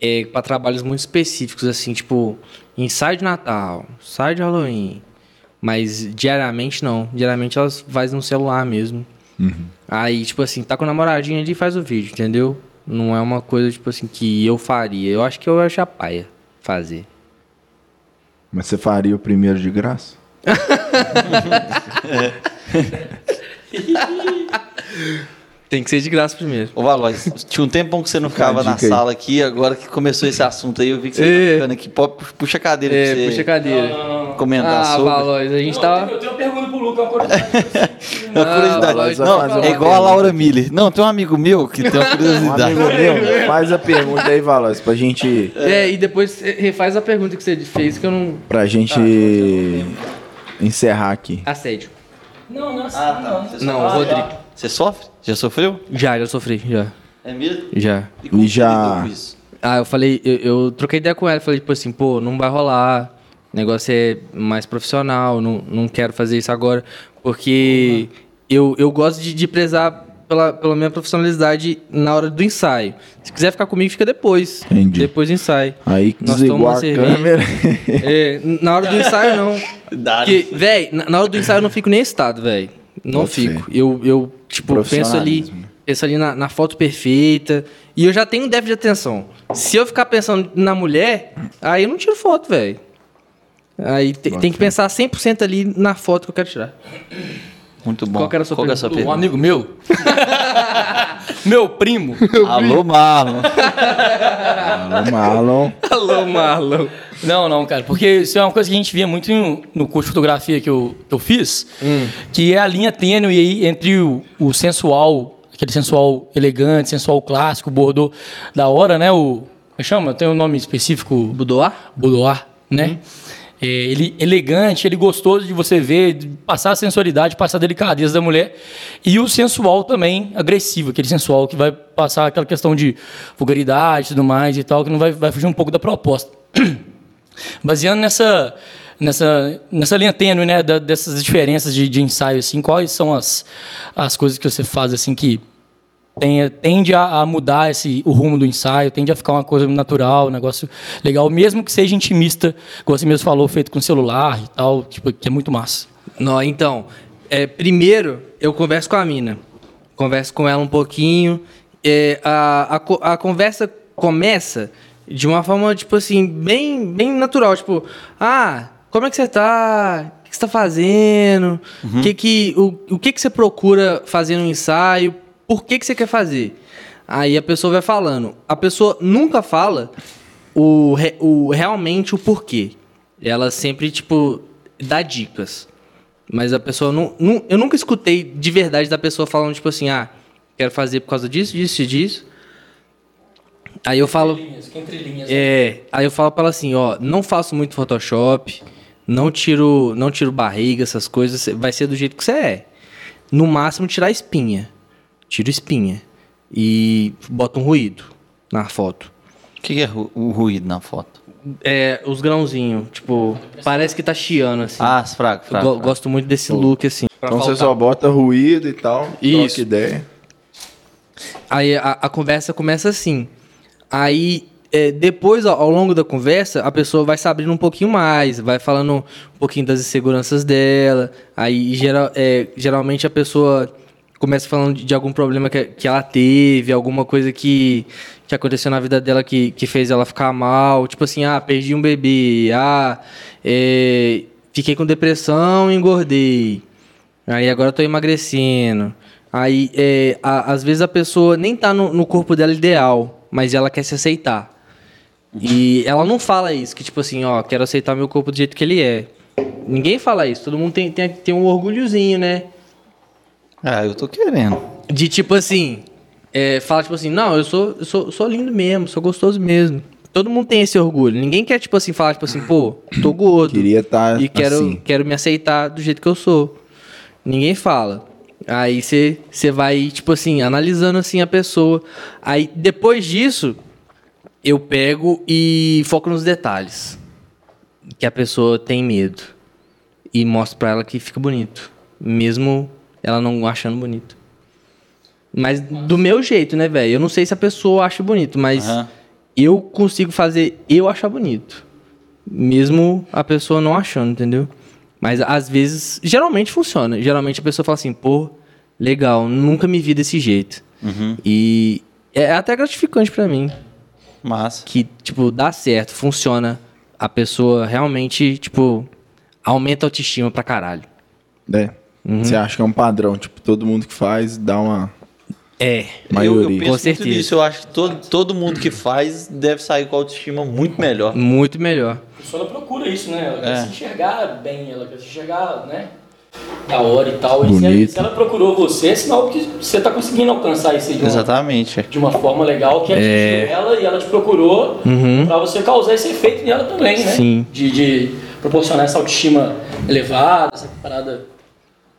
É para trabalhos muito específicos assim, tipo ensaio de Natal, ensaio de Halloween. Mas diariamente não. Diariamente elas fazem no celular mesmo.
Uhum.
Aí, tipo assim, tá com o namoradinho ali e faz o vídeo, entendeu? Não é uma coisa, tipo assim, que eu faria. Eu acho que eu ia achar paia fazer.
Mas você faria o primeiro de graça?
Tem que ser de graça primeiro.
Ô, Valois, tinha um tempão que você não ficava na
dica aí.
sala aqui, agora que começou esse assunto aí, eu vi que você
É.
tá ficando aqui. Pô, Puxa a cadeira pra
É,
você
puxa a cadeira.
Não, não, não.
comentar
Ah,
sobre.
Valois, a gente
Não,
tava.
eu, tenho, eu tenho uma pergunta pro Luca, uma curiosidade.
É uma
Não,
curiosidade.
Valois
vai
Não,
fazer
é
uma
igual a Laura Miller. Não, tem um amigo meu que tem
<laughs>
uma
Um
curiosidade.
amigo meu, faz a pergunta aí, Valas, pra gente.
É, e depois eh, refaz a pergunta que você fez que eu não.
Pra gente encerrar aqui.
Assédio.
Não, não, assim,
Ah, tá.
não.
Você
Não,
sofre?
Rodrigo.
Você sofre? Já sofreu?
Já, já sofri, já.
É mesmo?
Já.
como
E
você
já-
lidou com isso?
Ah, eu falei, eu, eu troquei ideia com ela, falei, tipo assim, pô, não vai rolar. O negócio é mais profissional, não, não quero fazer isso agora. Porque eu, eu gosto de, de prezar pela, pela minha profissionalidade na hora do ensaio. Se quiser ficar comigo, fica depois.
Entendi.
Depois do ensaio.
Aí que
Nós
desligou a
tomamos uma cerveja.
câmera.
É, na hora do ensaio, não.
<laughs>
Dá,
Porque, véi, na, na hora do ensaio eu não fico nem excitado, véi. Não
Pode
fico. Eu, eu, tipo, penso ali,
Profissionalismo. né?
penso ali na, na foto perfeita. E eu já tenho um déficit de atenção. Se eu ficar pensando na mulher, aí eu não tiro foto, véi. Aí te- tem que pensar 100% ali na foto que eu quero tirar.
Muito bom.
Qual que era a sua
Qual que é a sua
pergunta?
Um
<laughs>
pergunta?
amigo meu. meu primo.
Alô, Marlon.
Alô, <laughs> Marlon.
<laughs> Alô, Marlon.
Não, não, cara, porque isso é uma coisa que a gente via muito em- um, no curso de fotografia que eu, que eu fiz, que é a linha tênue aí entre o, o sensual, aquele sensual elegante, sensual clássico, bordô da hora, né? O. Como chama? Tem um nome específico.
Budoar?
Boudoir, né? É, ele elegante, ele gostoso de você ver, de passar a sensualidade, passar a delicadeza da mulher. E o sensual também, agressivo, aquele sensual que vai passar aquela questão de vulgaridade e tudo mais e tal, que não vai, vai fugir um pouco da proposta. Baseando nessa, nessa, nessa linha tênue, né, da- dessas diferenças de, de ensaio, assim, quais são as, as coisas que você faz, assim, que tem- tende a, a mudar esse, o rumo do ensaio, tende a ficar uma coisa natural, um negócio legal, mesmo que seja intimista, como você mesmo falou, feito com celular e tal, tipo, que é muito massa.
Não, então, é, primeiro eu converso com a mina. Converso com ela um pouquinho. é, a, a co- a conversa começa de uma forma, tipo assim, bem, bem natural. Tipo, ah, como é que você tá? O que que você tá fazendo? Que que, o, o que que você procura fazer no ensaio? Por que que você quer fazer? Aí a pessoa vai falando. A pessoa nunca fala o, re- o realmente o porquê. Ela sempre, tipo, dá dicas. Mas a pessoa não, nu- Eu nunca escutei de verdade da pessoa falando, tipo assim, ah, quero fazer por causa disso, disso e disso. Aí eu falo. É, aí eu falo pra ela assim, ó, não faço muito Photoshop, não tiro, não tiro barriga, essas coisas, vai ser do jeito que você é. No máximo tirar espinha. Tiro espinha e bota um ruído na foto.
O que que é ru- o ruído na foto?
É, os grãozinhos, tipo, parece que tá chiando assim.
Ah, fraco,
Eu
fraco.
go-
fraco.
gosto muito desse look assim.
Então você só bota ruído e tal.
Isso.
Troca ideia.
Aí a, a conversa começa assim. Aí é, depois, ao, ao longo da conversa, a pessoa vai se abrindo um pouquinho mais, vai falando um pouquinho das inseguranças dela. Aí geral, é, geralmente a pessoa começa falando de, de algum problema que, que ela teve, alguma coisa que, que aconteceu na vida dela que, que fez ela ficar mal. Tipo assim, ah, perdi um bebê, ah, é, fiquei com depressão e engordei. Aí agora eu tô emagrecendo. Aí, é, a- às vezes a pessoa nem tá no, no corpo dela ideal, mas ela quer se aceitar. E ela não fala isso, que tipo assim, ó, quero aceitar meu corpo do jeito que ele é. Ninguém fala isso, todo mundo tem, tem, tem um orgulhozinho, né?
Ah, eu tô querendo.
De tipo assim, é, fala tipo assim, não, eu sou, eu sou, sou lindo mesmo, sou gostoso mesmo. Todo mundo tem esse orgulho. Ninguém quer, tipo assim, falar, tipo assim, pô, tô gordo.
Queria estar
E quero,
assim.
quero me aceitar do jeito que eu sou. Ninguém fala. Aí você você vai, tipo assim, analisando assim a pessoa. Aí depois disso, eu pego e foco nos detalhes. Que a pessoa tem medo. E mostro pra ela que fica bonito. Mesmo ela não achando bonito. Mas do meu jeito, né, velho? Eu não sei se a pessoa acha bonito, mas
Aham.
eu consigo fazer eu achar bonito. Mesmo a pessoa não achando, entendeu? Mas às vezes, geralmente funciona. Geralmente a pessoa fala assim, pô, legal, nunca me vi desse jeito. E é até gratificante pra mim
Massa.
que, tipo, dá certo, funciona. A pessoa realmente, tipo, aumenta a autoestima pra caralho.
É.
Uhum.
Você acha que é um padrão, tipo, todo mundo que faz dá uma
É.
Eu, eu
maioria.
penso
Com certeza.
muito nisso. Eu acho que todo, todo mundo que faz deve sair com a autoestima muito melhor.
Muito melhor.
A pessoa ela procura isso, né? Ela quer
É.
se enxergar bem, ela quer se enxergar, né? Da hora e tal. E se, ela,
Bonito.
se ela procurou você, é sinal que você tá conseguindo alcançar isso aí. de uma-
Exatamente.
De uma forma legal que atingiu ela e ela te procurou
Uhum.
pra você causar esse efeito nela também, né?
Sim.
De, de proporcionar essa autoestima elevada, essa parada.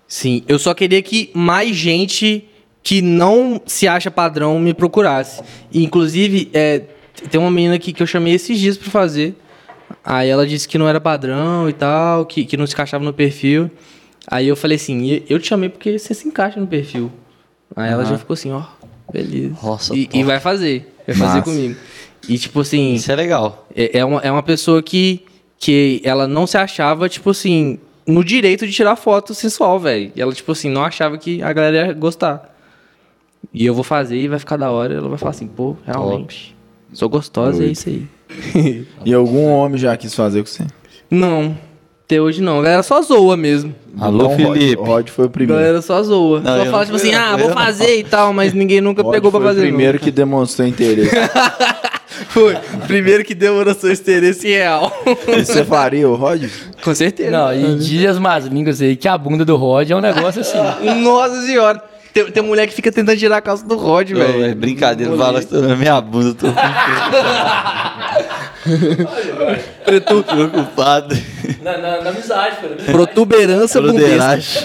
Sim. Eu só queria que mais gente que não se acha padrão me procurasse. E, inclusive, é, tem uma menina aqui que eu chamei esses dias pra fazer. Aí ela disse que não era padrão e tal, que, que não se encaixava no perfil. Aí eu falei assim, "E- eu te chamei porque você se encaixa no perfil. Aí ela já ficou assim, ó, beleza.
Nossa,
e, e vai fazer. Vai fazer
Massa.
comigo. E tipo assim.
Isso é legal.
É, é uma, é uma pessoa que, que ela não se achava, tipo assim, no direito de tirar foto sensual, velho. E ela, tipo assim, não achava que a galera ia gostar. E eu vou fazer e vai ficar da hora. Ela vai falar assim, pô, realmente. Sou gostosa, é
Doido.
isso aí.
E algum homem já quis fazer com você?
Não, até hoje não. A galera só zoa mesmo.
Alô,
Então, o Rod-
Felipe.
O Rod foi o
A
primeiro.
galera só zoa.
Não, eu
só fala,
não
tipo
fui,
assim,
não
ah,
fui
vou
eu, não."
fazer e tal, mas ninguém nunca
Rod
pegou pra
foi
fazer.
o
não.
primeiro que demonstrou interesse.
<laughs> Foi. Primeiro que demonstrou esse interesse real.
E você faria o Rod?
Com certeza.
Não, e diz as más línguas aí que a bunda do Rod é um negócio assim.
Nossa senhora. Tem, tem mulher que fica tentando tirar a calça do Rod,
Ô,
velho.
é brincadeira, fala isso na minha bunda, eu tô
<laughs> Pretu-
preocupado.
<laughs> na, na, na amizade, cara.
é
Protuberância bumbista.
Broderagem.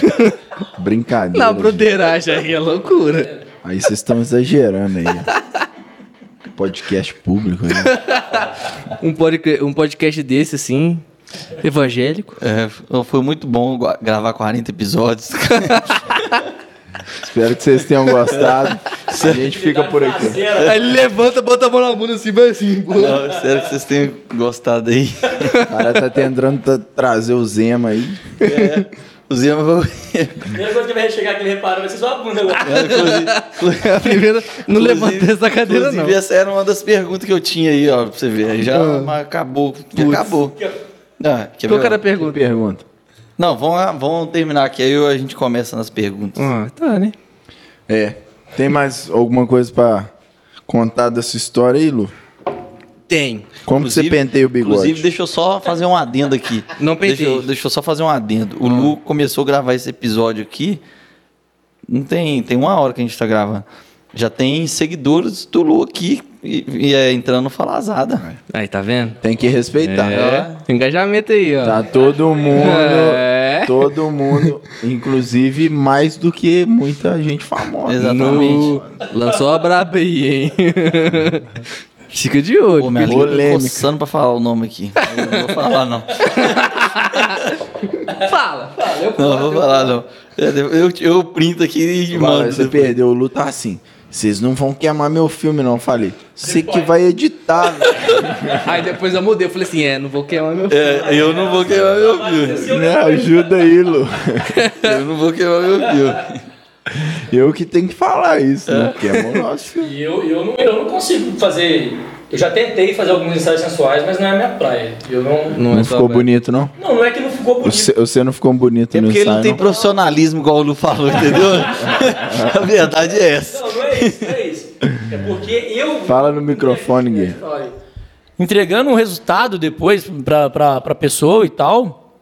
Brincadeira.
Não,
gente.
broderagem aí é loucura.
Aí vocês estão exagerando aí. Podcast público né? aí.
Um, podca- um podcast desse, assim, evangélico.
É, foi muito bom gua- gravar 40 episódios.
Espero que vocês tenham gostado. A gente fica por aqui.
Aí ele levanta, bota a mão na bunda assim, vai assim.
Não, <laughs> espero que vocês tenham gostado aí.
O cara tá tentando tra- trazer o Zema aí.
O
<laughs>
Zema vai.
Primeira coisa que vai chegar que ele reparou vai ser sua bunda.
Inclusive,
A primeira, não levanta essa cadeira, não. Ah.
inclusive, assim, essa era uma das perguntas que eu tinha aí, ó, pra você ver. Aí Já acabou. Acabou. Ah, quer
Qual
ver,
que era a
ó?
pergunta?
Pergunta.
Não, vamos, vamos terminar aqui, aí a gente começa nas perguntas.
Ah, tá, né?
É. Tem mais alguma coisa pra contar dessa história aí, Lu?
Tem.
Como que você penteia o bigode?
Inclusive, deixa eu só fazer um adendo aqui.
Não pentei.
Deixa eu, deixa eu só fazer um adendo. O Lu começou a gravar esse episódio aqui. Não tem, tem uma hora que a gente tá gravando. Já tem seguidores do Lu aqui e, e é entrando falazada.
Aí, tá vendo?
Tem que respeitar.
É. Engajamento aí, ó.
Tá todo mundo.
É.
Todo mundo. Inclusive, mais do que muita gente famosa.
Exatamente.
No- Lançou a braba aí,
<laughs>
hein? Fica de olho.
Pô, minha língua tá
Polêmica.
coçando pra falar o nome aqui. Eu não vou falar, não.
Fala.
Não, eu vou falar, não. Eu, eu, eu printo aqui e
Mano,
mando.
você
depois.
perdeu o Lu tá assim. Vocês não vão queimar meu filme, não. Falei, você que vai editar. né? velho."
Aí depois eu mudei, eu falei assim, é, não vou queimar meu
É, eu não vou queimar meu filho.
Me ajuda aí, Lu.
Eu não vou queimar meu filho.
Eu que tenho que falar isso.
É.
Não queima o nosso filme.
E eu, eu, não, eu não consigo fazer. Eu já tentei fazer alguns ensaios sensuais, mas não é a minha praia. Eu não.
é
é
Não, ficou bonito, não?
Não, não é que não ficou bonito.
Você, você não ficou bonito
É
no
porque ele
ensaio,
não tem
não?
profissionalismo igual o Lu falou, <laughs> entendeu? A verdade é essa.
Não, não é isso, não é isso. É porque eu.
Fala no microfone, Gui.
Entregando um resultado depois pra, pra, pra pessoa e tal,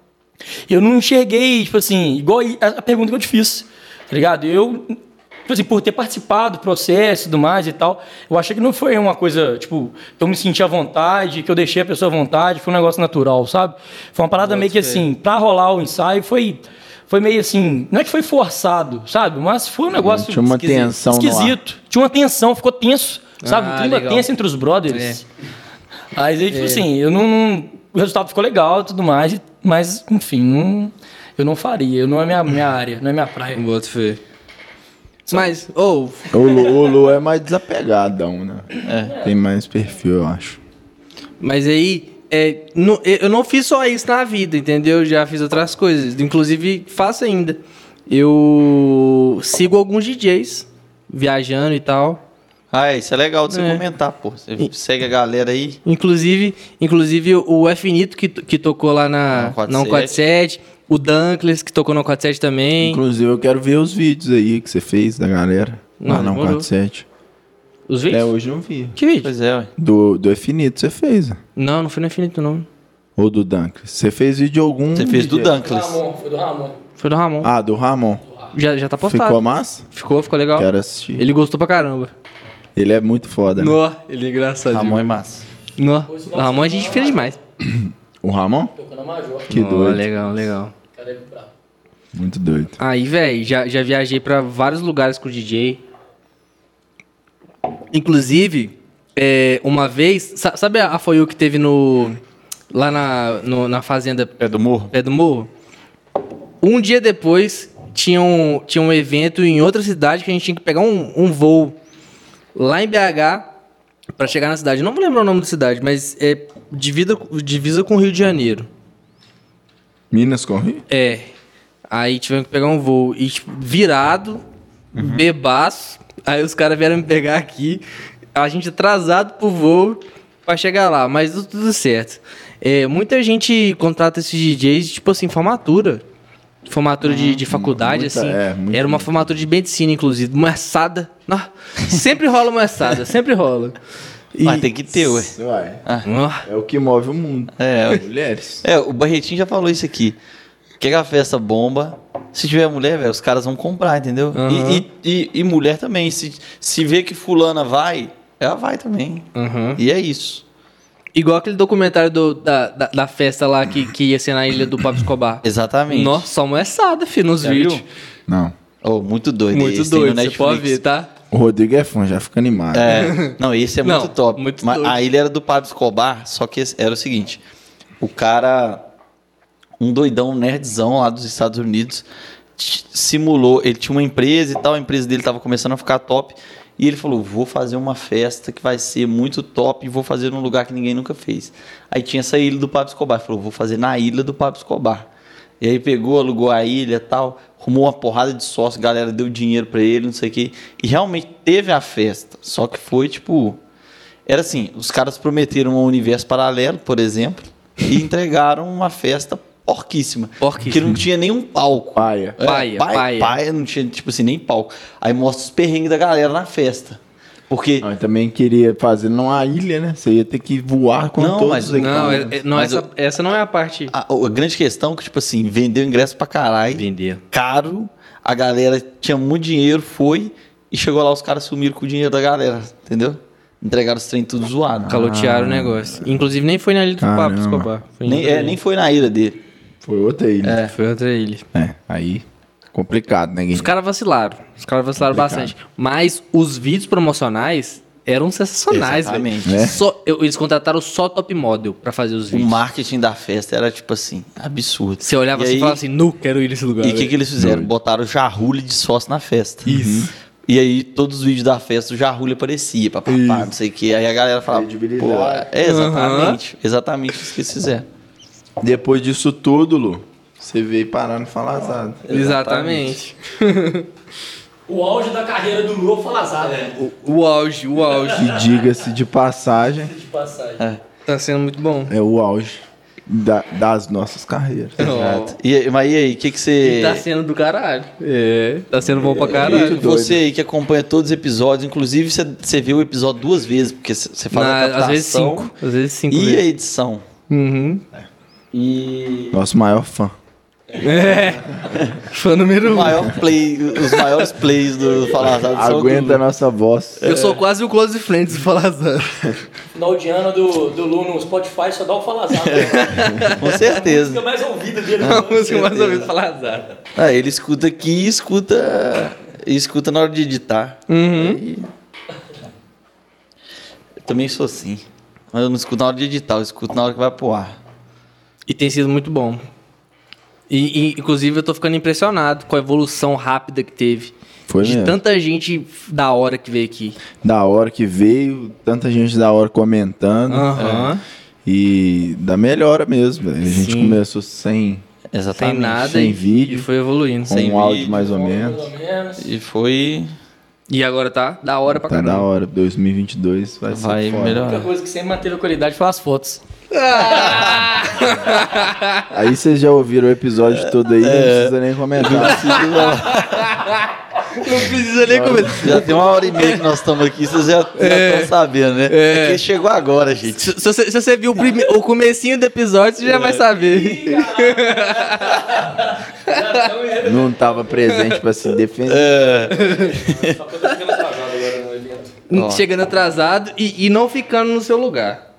eu não enxerguei, tipo assim, igual a a pergunta que eu te fiz, tá ligado? Eu tipo assim, por ter participado do processo e tudo mais e tal, eu achei que não foi uma coisa, tipo, que eu me senti à vontade, que eu deixei a pessoa à vontade, foi um negócio natural, sabe? Foi uma parada meio que assim, pra rolar o ensaio foi. Foi meio assim, não é que foi forçado, sabe? Mas foi um negócio
Hum, Tinha uma
esquisito.
tensão no ar.
esquisito. Tinha uma tensão, ficou tenso, sabe?
Ah,
Um clima
legal.
tenso entre os
É.
brothers. Mas
É.
aí, tipo assim, eu não, não- O resultado ficou legal e tudo mais, mas, enfim, não- eu não faria. Não é minha, minha área, não é minha praia.
Boto fé. Mas, ou,
O Lu, o Lu é mais desapegadão, né?
É.
Tem mais perfil, eu acho.
mas aí, é, nu- eu eu não fiz só isso na vida, entendeu? Já fiz outras coisas. Inclusive, faço ainda. Eu sigo alguns DJs, viajando e tal.
Ah, isso é legal de você
É.
comentar, pô. Você segue a galera aí.
Inclusive, inclusive o Finito que, to- que tocou lá na,
Na 147.
na 147, o Dunkless que tocou na 147 também,
Inclusive, eu quero ver os vídeos aí que você fez da galera. Ah,
Não,
Não, não,
demorou.
47.
os
É,
vídeos?
hoje eu não vi.
Que vídeo?
Pois é, ué.
Do, do Infinito você fez, né?
Não, não foi no Infinito não,
Ou do Dunk? Você fez vídeo algum?
Você fez do
DJ?
Dunkless.
foi do Ramon.
foi do Ramon.
Ah, do Ramon.
Já, já tá postado.
Ficou massa?
Ficou, ficou legal.
Quero assistir. Ele,
Ele gostou pra caramba.
é muito foda, né?
Nó, ele é engraçado.
Ramon e Massa.
Nó. O Ramon é gente fina demais.
O Ramon?
Tocou na Major.
Que
Nó,
doido.
Legal, legal.
Muito doido.
Aí, velho, já, já viajei pra vários lugares com o DJ. Inclusive, é, uma vez, sa- sabe a a Foyu que teve no lá na, no- na fazenda
É do Morro?
Pé do Morro? Um dia depois, tinha um, tinha um evento em outra cidade que a gente tinha que pegar um, um voo lá em BH pra chegar na cidade. Eu Não vou lembrar o nome da cidade, mas é divida, divisa com o Rio de Janeiro.
Minas com Rio?
É. Aí tivemos que pegar um voo e, tipo, virado,
Uhum.
bebaço. Aí os caras vieram me pegar aqui. A gente atrasado pro voo pra chegar lá, mas deu tudo certo. É, muita gente contrata esses DJs, tipo assim, formatura. Formatura de, de faculdade,
Uhum. muita-
assim.
é, muito-
Era uma formatura de medicina, inclusive. Moçada. Nó, Sempre rola moçada, sempre rola. E-
Mas Ah, tem que ter, ué.
Ué,
Nó.
é o que move o mundo.
É, ué.
Mulheres.
É, o Barretinho já falou isso aqui. Que a festa bomba. Se tiver mulher, velho, os caras vão comprar, entendeu? E-
Aham.
E, e- e mulher também. Se, se vê que fulana vai, ela vai também.
Aham.
E é isso.
Igual aquele documentário do- da, da, da festa lá que, que ia ser na ilha do Pablo Escobar.
Exatamente.
Nossa, só moçada, filho, nos
Já
vídeos.
viu?
Não.
Oh, muito doido.
Muito
esse tem
doido,
no
você pode ver, tá?
O Rodrigo é fã, já fica animado.
É. Não, esse é
Não,
muito top.
muito
Mas
doido.
a ilha era do Pablo Escobar, só que esse- era o seguinte: o cara, um doidão, um nerdzão lá dos Estados Unidos, t- simulou. Ele tinha uma empresa e tal, a empresa dele tava começando a ficar top. E ele falou: vou fazer uma festa que vai ser muito top e vou fazer num lugar que ninguém nunca fez. Aí tinha essa ilha do Pablo Escobar. Ele falou: vou fazer na ilha do Pablo Escobar. E aí pegou, alugou a ilha e tal, arrumou uma porrada de sócio, galera deu dinheiro pra ele, não sei o quê. E realmente teve a festa, só que foi tipo... Era assim, os caras prometeram um universo paralelo, por exemplo,
<laughs>
e entregaram uma festa porquíssima.
Porquíssima.
Que não tinha nenhum palco.
Paia.
É,
Paia, paia.
paia, não tinha, tipo assim, nem palco. Aí mostra os perrengues da galera na festa. Porque...
Ah, eu também queria fazer numa ilha, né? Você ia ter que voar com
Não,
todos
mas-
os equipamentos.
Não, é- é- não
Mas
essa, essa não é a parte.
A, a grande questão é que, tipo assim, vendeu ingresso pra caralho.
Vender.
caro, a galera tinha muito dinheiro, foi, e chegou lá, os caras sumiram com o dinheiro da galera, entendeu? Entregaram os trem tudo zoado.
Calotearam o negócio. Inclusive, nem foi na ilha do Pablo
Caramba.
Escobar. Foi em
Ah. Nem,
outra
é, nem foi na ilha dele.
Foi outra ilha.
ilha. Foi outra ilha.
É. aí complicado,
É.
né,
Os
Guilherme?
caras vacilaram. Os caras vacilaram
Complicado.
bastante. Mas os vídeos promocionais eram sensacionais,
Exatamente.
velho.
É.
Só- eu- Eles contrataram só top model pra fazer os
O
vídeos.
marketing da festa era, tipo assim, absurdo.
Você olhava
E
assim e
aí-
falava assim, é não quero ir nesse lugar.
E o que,
velho."
que eles fizeram? Botaram Jarrulho de sócio na festa. Uhum.
Isso.
E aí, todos os vídeos da festa, o Jarrulho aparecia, papapá, não sei o que. Aí a galera falava,
Credibilidade.
pô, é exatamente, exatamente isso que eles fizeram.
Depois disso tudo, Lu, você veio parar no Falazado.
Exatamente.
O auge da carreira do Lu Falazada, né?
O, o auge, o auge.
E diga-se de passagem,
De passagem.
tá sendo muito bom.
é o auge da- das nossas carreiras.
Exato.
E, aí- mas e aí, o que, que você...
Tá sendo do caralho.
É.
Tá sendo bom pra
E
caralho.
doido.
Você aí que acompanha todos os episódios, inclusive você- você vê o episódio duas vezes, porque c- você faz a
Na-
captação
às vezes cinco. Às vezes cinco
e a
vezes.
edição.
Uhum.
E
Nosso maior fã.
É. Fã número
O
um.
maior play, os maiores plays do Fala Azado são
Aguenta a
do-
nossa voz.
Eu sou quase o Close Friends do <laughs> Falazano.
Final de ano do, do Lu no Spotify só dá o Falazar. né?
Com certeza.
É. mais ouvida dele.
A música mais ouvida do Falazano.
Ah, ele escuta aqui e escuta, e escuta na hora de editar.
Uhum.
Eu também sou assim. Mas eu não escuto na hora de editar, eu escuto na hora que vai pro ar.
E tem sido muito bom. E, e, inclusive, eu tô ficando impressionado com a evolução rápida que teve.
Foi
de
mesmo.
tanta gente da hora que veio aqui.
Da hora que veio, tanta gente da hora comentando.
Aham.
E da melhora mesmo. velho. A gente
Sim.
começou sem,
Exatamente.
Sem nada.
sem
e,
vídeo.
E foi evoluindo.
com
Sem
um áudio
vídeo,
mais ou menos.
E foi.
E agora tá da hora pra
Tá
caramba.
da hora. 2022 vai,
Vai
ser foda.
melhorar.
Outra coisa que sempre manteve a qualidade foi as fotos.
Aí vocês já ouviram o episódio todo aí,
É.
não precisa
<laughs>
nem comentar.
Não precisa nem começar.
Já tem uma hora e meia que nós estamos aqui, vocês já estão sabendo, né? É. que chegou agora, gente.
Se, se você, se você viu o, prime- o comecinho do episódio, você já vai saber. É.
Não tava presente pra se defender. É
né?
Ó.
Chegando atrasado e, e não ficando no seu lugar.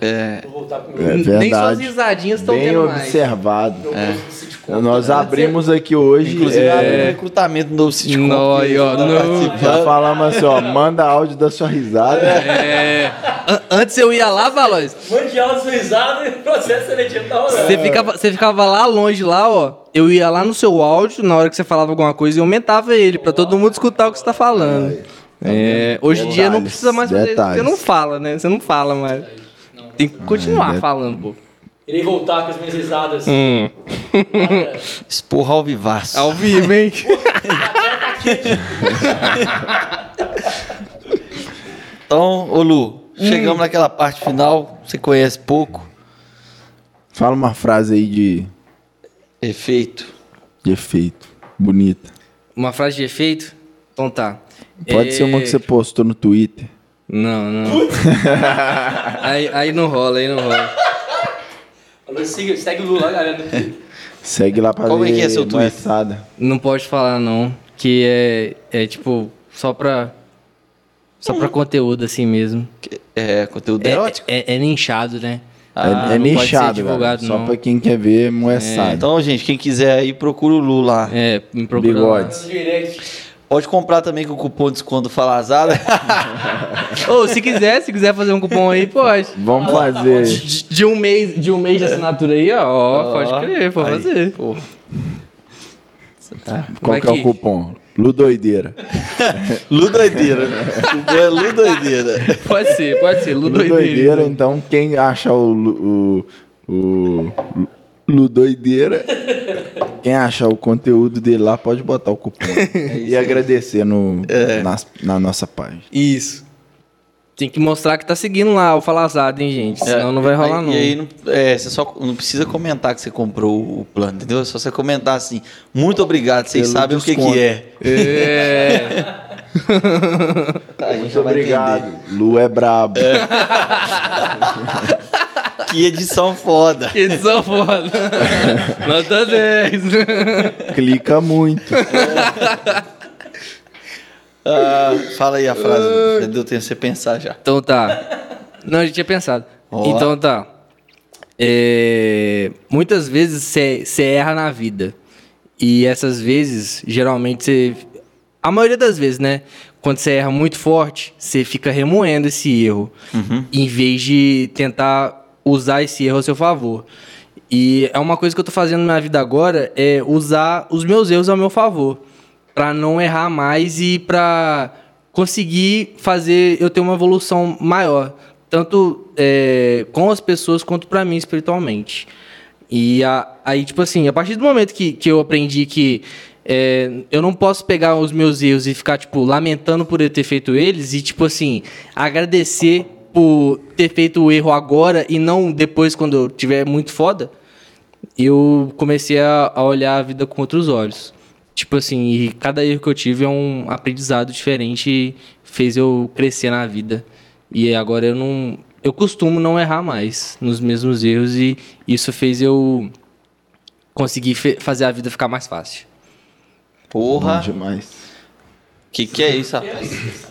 É,
É
N- Nem suas
verdade.
risadinhas estão
Bem
tendo mais.
observado. É. Nós abrimos aqui hoje.
inclusive,
é,
abriu um recrutamento do novo sitcom.
Nó,
que
e ó,
tá
não.
já
participando.
falamos assim, ó, manda áudio da sua risada.
É, an- antes eu ia lá, Valois.
Mande aula suizada e processo seletivo tá da hora.
É.
Você ficava, você ficava lá longe, lá, ó. Eu ia lá no seu áudio, na hora que você falava alguma coisa, e aumentava ele, pra todo mundo escutar o que você tá falando. É, hoje em dia não
tá Detalhes,
precisa mais fazer isso, porque
detalhes.
você não fala, né? Você não fala mais. Tem que continuar
det-
falando, pô.
Irei voltar com as minhas risadas.
Hum.
Esporra ao vivaço.
Ao vivo, hein? <laughs>
Então, ô
Hum.
Lu, chegamos naquela parte final, você conhece pouco.
Fala uma frase aí de,
Efeito.
de efeito. Bonita.
Uma frase de efeito? Então tá.
Pode
É,
ser uma que você postou no Twitter.
Não,
<laughs>
não. aí, aí não rola, aí não rola.
Segue, segue o Lu lá, galera.
Segue lá pra
Como é
ver
que é seu Twitter?
moçada.
Não pode falar, não. Que é, é tipo, só pra. Só
Uhum.
pra conteúdo assim mesmo.
É, conteúdo
É,
erótico.
é, é nichado, né?
é é
não pode ser
nichado,
divulgado,
galera. Só
não.
pra quem quer ver moçada.
Então, gente, quem quiser aí, procura o Lu lá.
É, me procura.
Bigodes.
Direct.
Pode comprar também com o cupom de
<laughs>
desconto Falazada.
Ou se quiser, se quiser fazer um cupom aí, pode.
Vamos fazer.
De, de um mês, de um mês de assinatura aí, ó, ó, pode crer, pode
Aí,
fazer.
pô.
Qual
Vai
que é
que-
o cupom? Lu Doideira. <laughs>
Lu doideira, né? O cupom é Lu doideira.
Pode ser, pode ser,
Lu Doideira,
Ludoideira.
então quem achar o, Lu- o, o Lu Doideira, quem achar o conteúdo dele lá, pode botar o <laughs> cupom. e agradecer no, nas- na nossa página.
Isso. Tem que mostrar que tá seguindo lá o Falazado, hein, gente? Senão não vai rolar,
É, aí,
não.
E aí, não, é, você só não precisa comentar que você comprou o plano, entendeu? É só você comentar assim, muito obrigado, vocês
Pelo
sabem o que,
desconto.
que é.
É.
Muito
Obrigado. Lu é brabo.
Que edição foda.
Que edição <laughs> foda. Nota 10.
Clica <laughs> muito.
Ah, fala aí a frase, Lu. deu tempo de você pensar já.
Então tá. Não, a gente tinha pensado.
Ó.
Então tá. É, muitas vezes você erra na vida. E essas vezes, geralmente você. A maioria das vezes, né? Quando você erra muito forte, você fica remoendo esse erro. Em vez de tentar usar esse erro a seu favor. E é uma coisa que eu tô fazendo na minha vida agora, é usar os meus erros ao meu favor para não errar mais e para conseguir fazer eu ter uma evolução maior, tanto é, com as pessoas quanto para mim espiritualmente. E a- aí, tipo assim, a partir do momento que, que eu aprendi que é, eu não posso pegar os meus erros e ficar, tipo, lamentando por eu ter feito eles e, tipo assim, agradecer por ter feito o erro agora e não depois quando eu tiver muito foda, eu comecei a, a olhar a vida com outros olhos. Tipo assim, e cada erro que eu tive é um aprendizado diferente e fez eu crescer na vida. E agora eu não. Eu costumo não errar mais nos mesmos erros e isso fez eu conseguir fe- fazer a vida ficar mais fácil.
Bom
Porra,
demais.
que que é isso,
<laughs>
rapaz?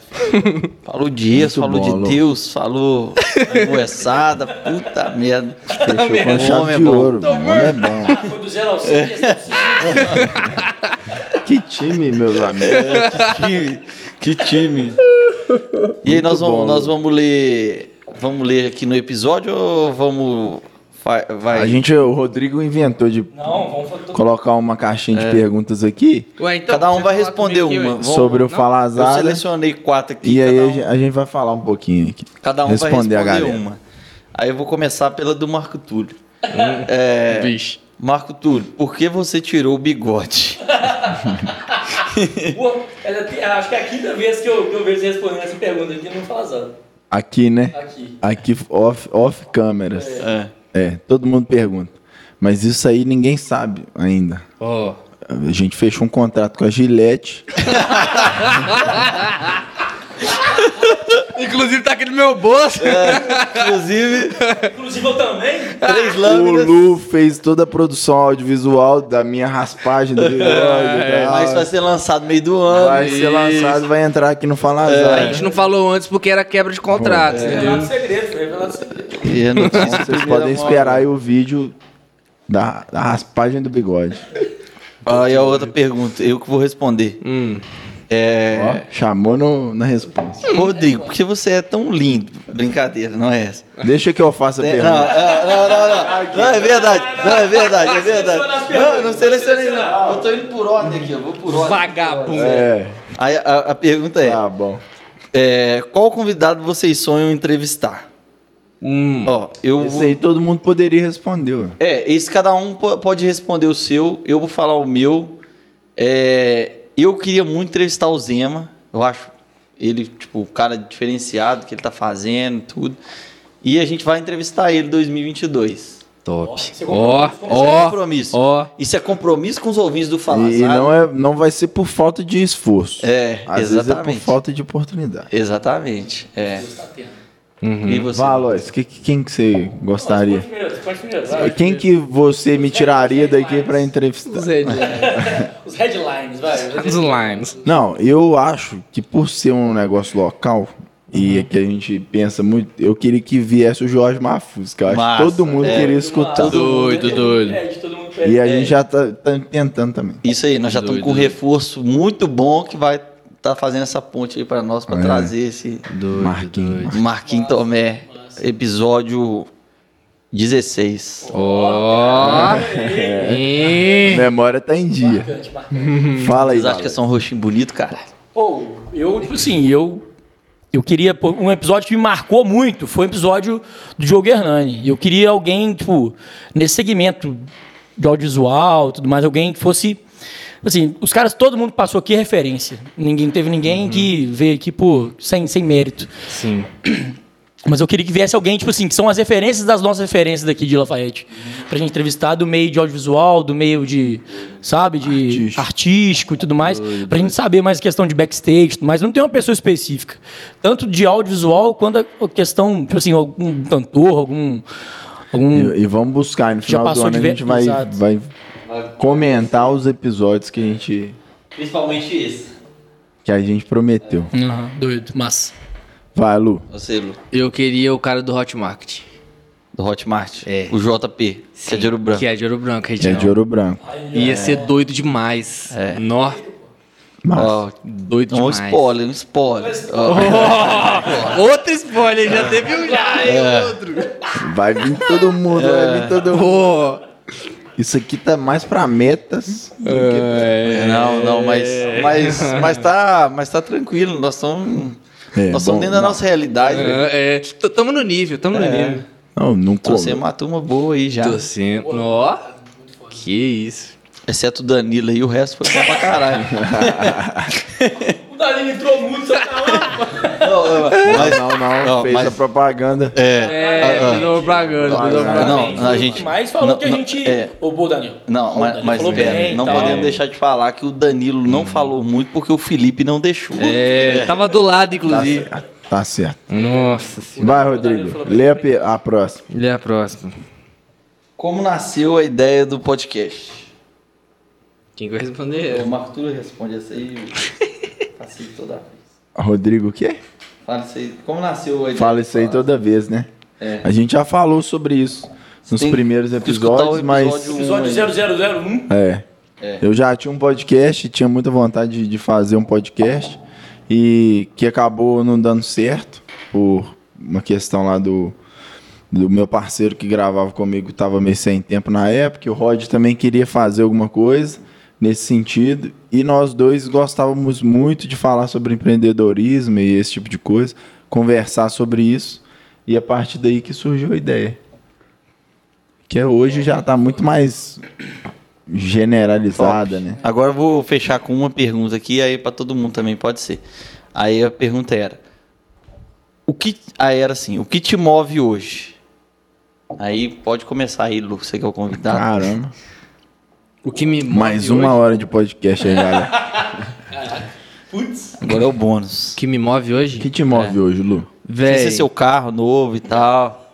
Falou Dias,
Muito
falou
bom, Lu.
de Deus, falou conversada, puta merda.
Fechou com
Homem é
chave de
bom.
ouro. mano. Tá Homem é bom.
Foi do zero ao 100,
<laughs>
É.
Que time, meus amigos.
time, que time. E aí nós vamos,
bom,
nós vamos ler, vamos ler aqui no episódio ou vamos fa- vai?
A gente, o Rodrigo inventou de
Não, vamos fazer todo
colocar uma caixinha de perguntas aqui
Ué, então
Cada um
você
vai
falar
responder
comigo aqui,
uma.
ué.
Vamos-
sobre o
não,
Eu
Falazada.
selecionei quatro aqui.
E aí
cada
a
um,
gente- a gente vai falar um pouquinho aqui.
cada um
responder a
vai responder
galera.
uma. Aí eu vou começar pela do Marco Túlio. É,
Vixe.
Marco Túlio, por que você tirou o
<laughs>
bigode?
mundo. Ela tem- Acho que é a quinta vez que eu, que eu vejo você respondendo essa pergunta aqui não fala zero.
Aqui, né?
Aqui.
Aqui off, off câmeras.
É.
É, todo mundo pergunta. Mas isso aí ninguém sabe ainda.
Ó.
A gente fechou um contrato com a Gillette.
Inclusive tá aqui no meu bolso.
É. Inclusive,
Inclusive eu também.
<laughs> três
O
lâminas.
Lu fez toda a produção audiovisual da minha
<laughs>
raspagem do bigode.
É.
e tal.
É, Mas vai ser lançado no meio do ano.
Vai ser lançado, vai entrar aqui no
É.
Falazar.
A gente não falou antes porque era quebra de contrato, entendeu?
Revelado segredo, foi revelado segredo.
E a notícia
Então, vocês
primeira
podem
mão. né?
esperar aí o vídeo da, da raspagem do bigode.
Aí a outra pergunta, eu que vou responder.
Hum.
É,
Ó, chamou no- na resposta.
Rodrigo, por que você é tão lindo? Brincadeira, não é essa.
Deixa que eu faça a
Não,
pergunta.
não, não, não, não. Não, é verdade, não é verdade, é verdade. Não, eu não selecionei não. Eu tô indo por ordem aqui, eu vou por ordem.
Vagabundo.
É,
Aí a, a pergunta é,
tá bom.
é, qual convidado vocês sonham entrevistar?
Hum.
Ó, eu
Esse
vou...
aí todo mundo poderia responder. ué.
É, esse cada um po- pode responder o seu, eu vou falar o meu. É, eu queria muito entrevistar o Zema, eu acho ele, tipo, o cara diferenciado que ele tá fazendo, tudo. E a gente vai entrevistar ele em 2022.
Top.
Você
Ó,
comprou-
Isso é
ó,
compromisso.
ó.
Isso é compromisso com os ouvintes do Falar,
E, e não, é, não vai ser por falta de esforço.
É,
Às
exatamente.
vezes é por falta de oportunidade.
Exatamente, é.
Uhum.
E você?
Vá, Lois, que, que- quem que você gostaria?
Responde primeiro, responde primeiro, vai.
Quem que você me tiraria daqui pra entrevistar?
Os headlines, vai.
Os limes.
Não, eu acho que por ser um negócio local e
Uhum.
que a gente pensa muito, eu queria que viesse o Jorge Mafus, que eu acho
Massa,
que todo mundo
é.
queria escutar.
Todo Doido, doido.
É, de todo mundo
E a
pede.
gente já tá, tá tentando também.
Isso aí, nós já estamos
Doido,
com um
né?
reforço muito bom que vai estar fazendo essa ponte aí para nós, para
É.
trazer esse
Marquinhos.
Marquinhos Tomé, episódio 16.
Ó. Hein?
Memória tá em dia.
Marcante, marcante.
Fala aí.
Vocês acham que é
Valeu.
São Roxinho bonito, cara?
Ou, eu, tipo assim, eu. Eu queria. pô, Um episódio que me marcou muito foi o episódio do Diogo Hernani. Eu queria alguém, tipo, nesse segmento de audiovisual e tudo mais, alguém que fosse. Assim, os caras, todo mundo passou aqui é referência. Ninguém teve ninguém que veio aqui por, sem, sem mérito.
Sim.
Mas eu queria que viesse alguém, tipo assim, que são as referências das nossas referências daqui de Lafayette. Pra gente entrevistar do meio de audiovisual, do meio de, sabe, de
Artístico.
artístico, e tudo mais. Pra
né?
gente saber mais questão de backstage e tudo mais. Não tem uma pessoa específica. Tanto de audiovisual quanto a questão, tipo assim, algum cantor, algum. algum
E, e vamos buscar. aí No final do
passou
ano a
de
gente
ver-
vai,
Exato.
vai comentar os episódios que a gente,
Principalmente esse.
que a gente prometeu.
Aham, doido, mas.
Vai, Lu.
Você, Lu,
Eu queria o cara do Hot Market.
do Hotmart.
É.
O JP, que é de Ouro Branco.
Que é de ouro branco,
Que é
região.
de ouro branco.
Ia ser doido demais.
É.
Nó.
Mas
Ó,
Doido
um
demais.
spoiler, um spoiler. Ó, <laughs>
Outro spoiler, já teve um já e outro.
vai vir todo mundo, vai
É.
vir todo mundo. Isso aqui tá mais pra metas do
É.
que
Não, não, mas, mas, mas, tá, mas tá tranquilo. Nós estamos
É,
nós
bom,
estamos dentro da
não.
nossa realidade. né? velho.
É, é, t- tamo no nível, tamo no nível.
Não, não
Trouxe
como.
uma turma boa aí já.
Tô assim. Nó. Que isso.
Exceto o Danilo aí, o resto foi bom pra caralho.
O Danilo entrou muito, tá só
Mas-
Não, não,
Não,
fez
mas-
a propaganda.
é,
É, virou propaganda, virou propaganda.
não, a gente.
Mas falou
não,
que a
não,
gente.
é.
Ô, boa, Danilo.
Não,
Ô,
mas,
Danilo
mas
falou
pera,
bem e
não
tal.
podemos deixar de falar que o Danilo não falou muito porque o Felipe não deixou.
É, tava do lado, inclusive.
Tá certo.
Nossa senhora. é
Vai, Rodrigo. Lê a, pe- a próxima.
Lê a próxima.
Como nasceu a ideia do podcast? É,
Quem vai responder
O Marco Túlio responde essa aí. Facilita toda vez.
Rodrigo, o quê?
Fala isso aí. Como nasceu a ideia?
Fala isso aí
Fala.
toda vez, né?
É.
A gente já falou sobre isso nos
Tem
primeiros
que escutar o
episódios, mas.
episódio um
Episódio
aí.
0001.
É.
É.
Eu já tinha um podcast, tinha muita vontade de- de fazer um podcast e que acabou não dando certo por uma questão lá do, do meu parceiro que gravava comigo, estava meio sem tempo na época, e o Rod também queria fazer alguma coisa nesse sentido, e nós dois gostávamos muito de falar sobre empreendedorismo e esse tipo de coisa, conversar sobre isso, e é a partir daí que surgiu a ideia. Que é hoje já está muito mais generalizada, né?
Agora eu vou fechar com uma pergunta aqui, aí pra todo mundo também pode ser. Aí a pergunta era: O que aí era assim, o que te move hoje? Aí pode começar aí, Lu, você que é o convidado.
Caramba.
O que me Tá. move
Mais uma
hoje,
hora de podcast
<laughs>
aí, galera.
Agora é o bônus.
O que me move
O
hoje?
que te move hoje, Lu?
Sem
Véi,
ser é seu carro novo e tal.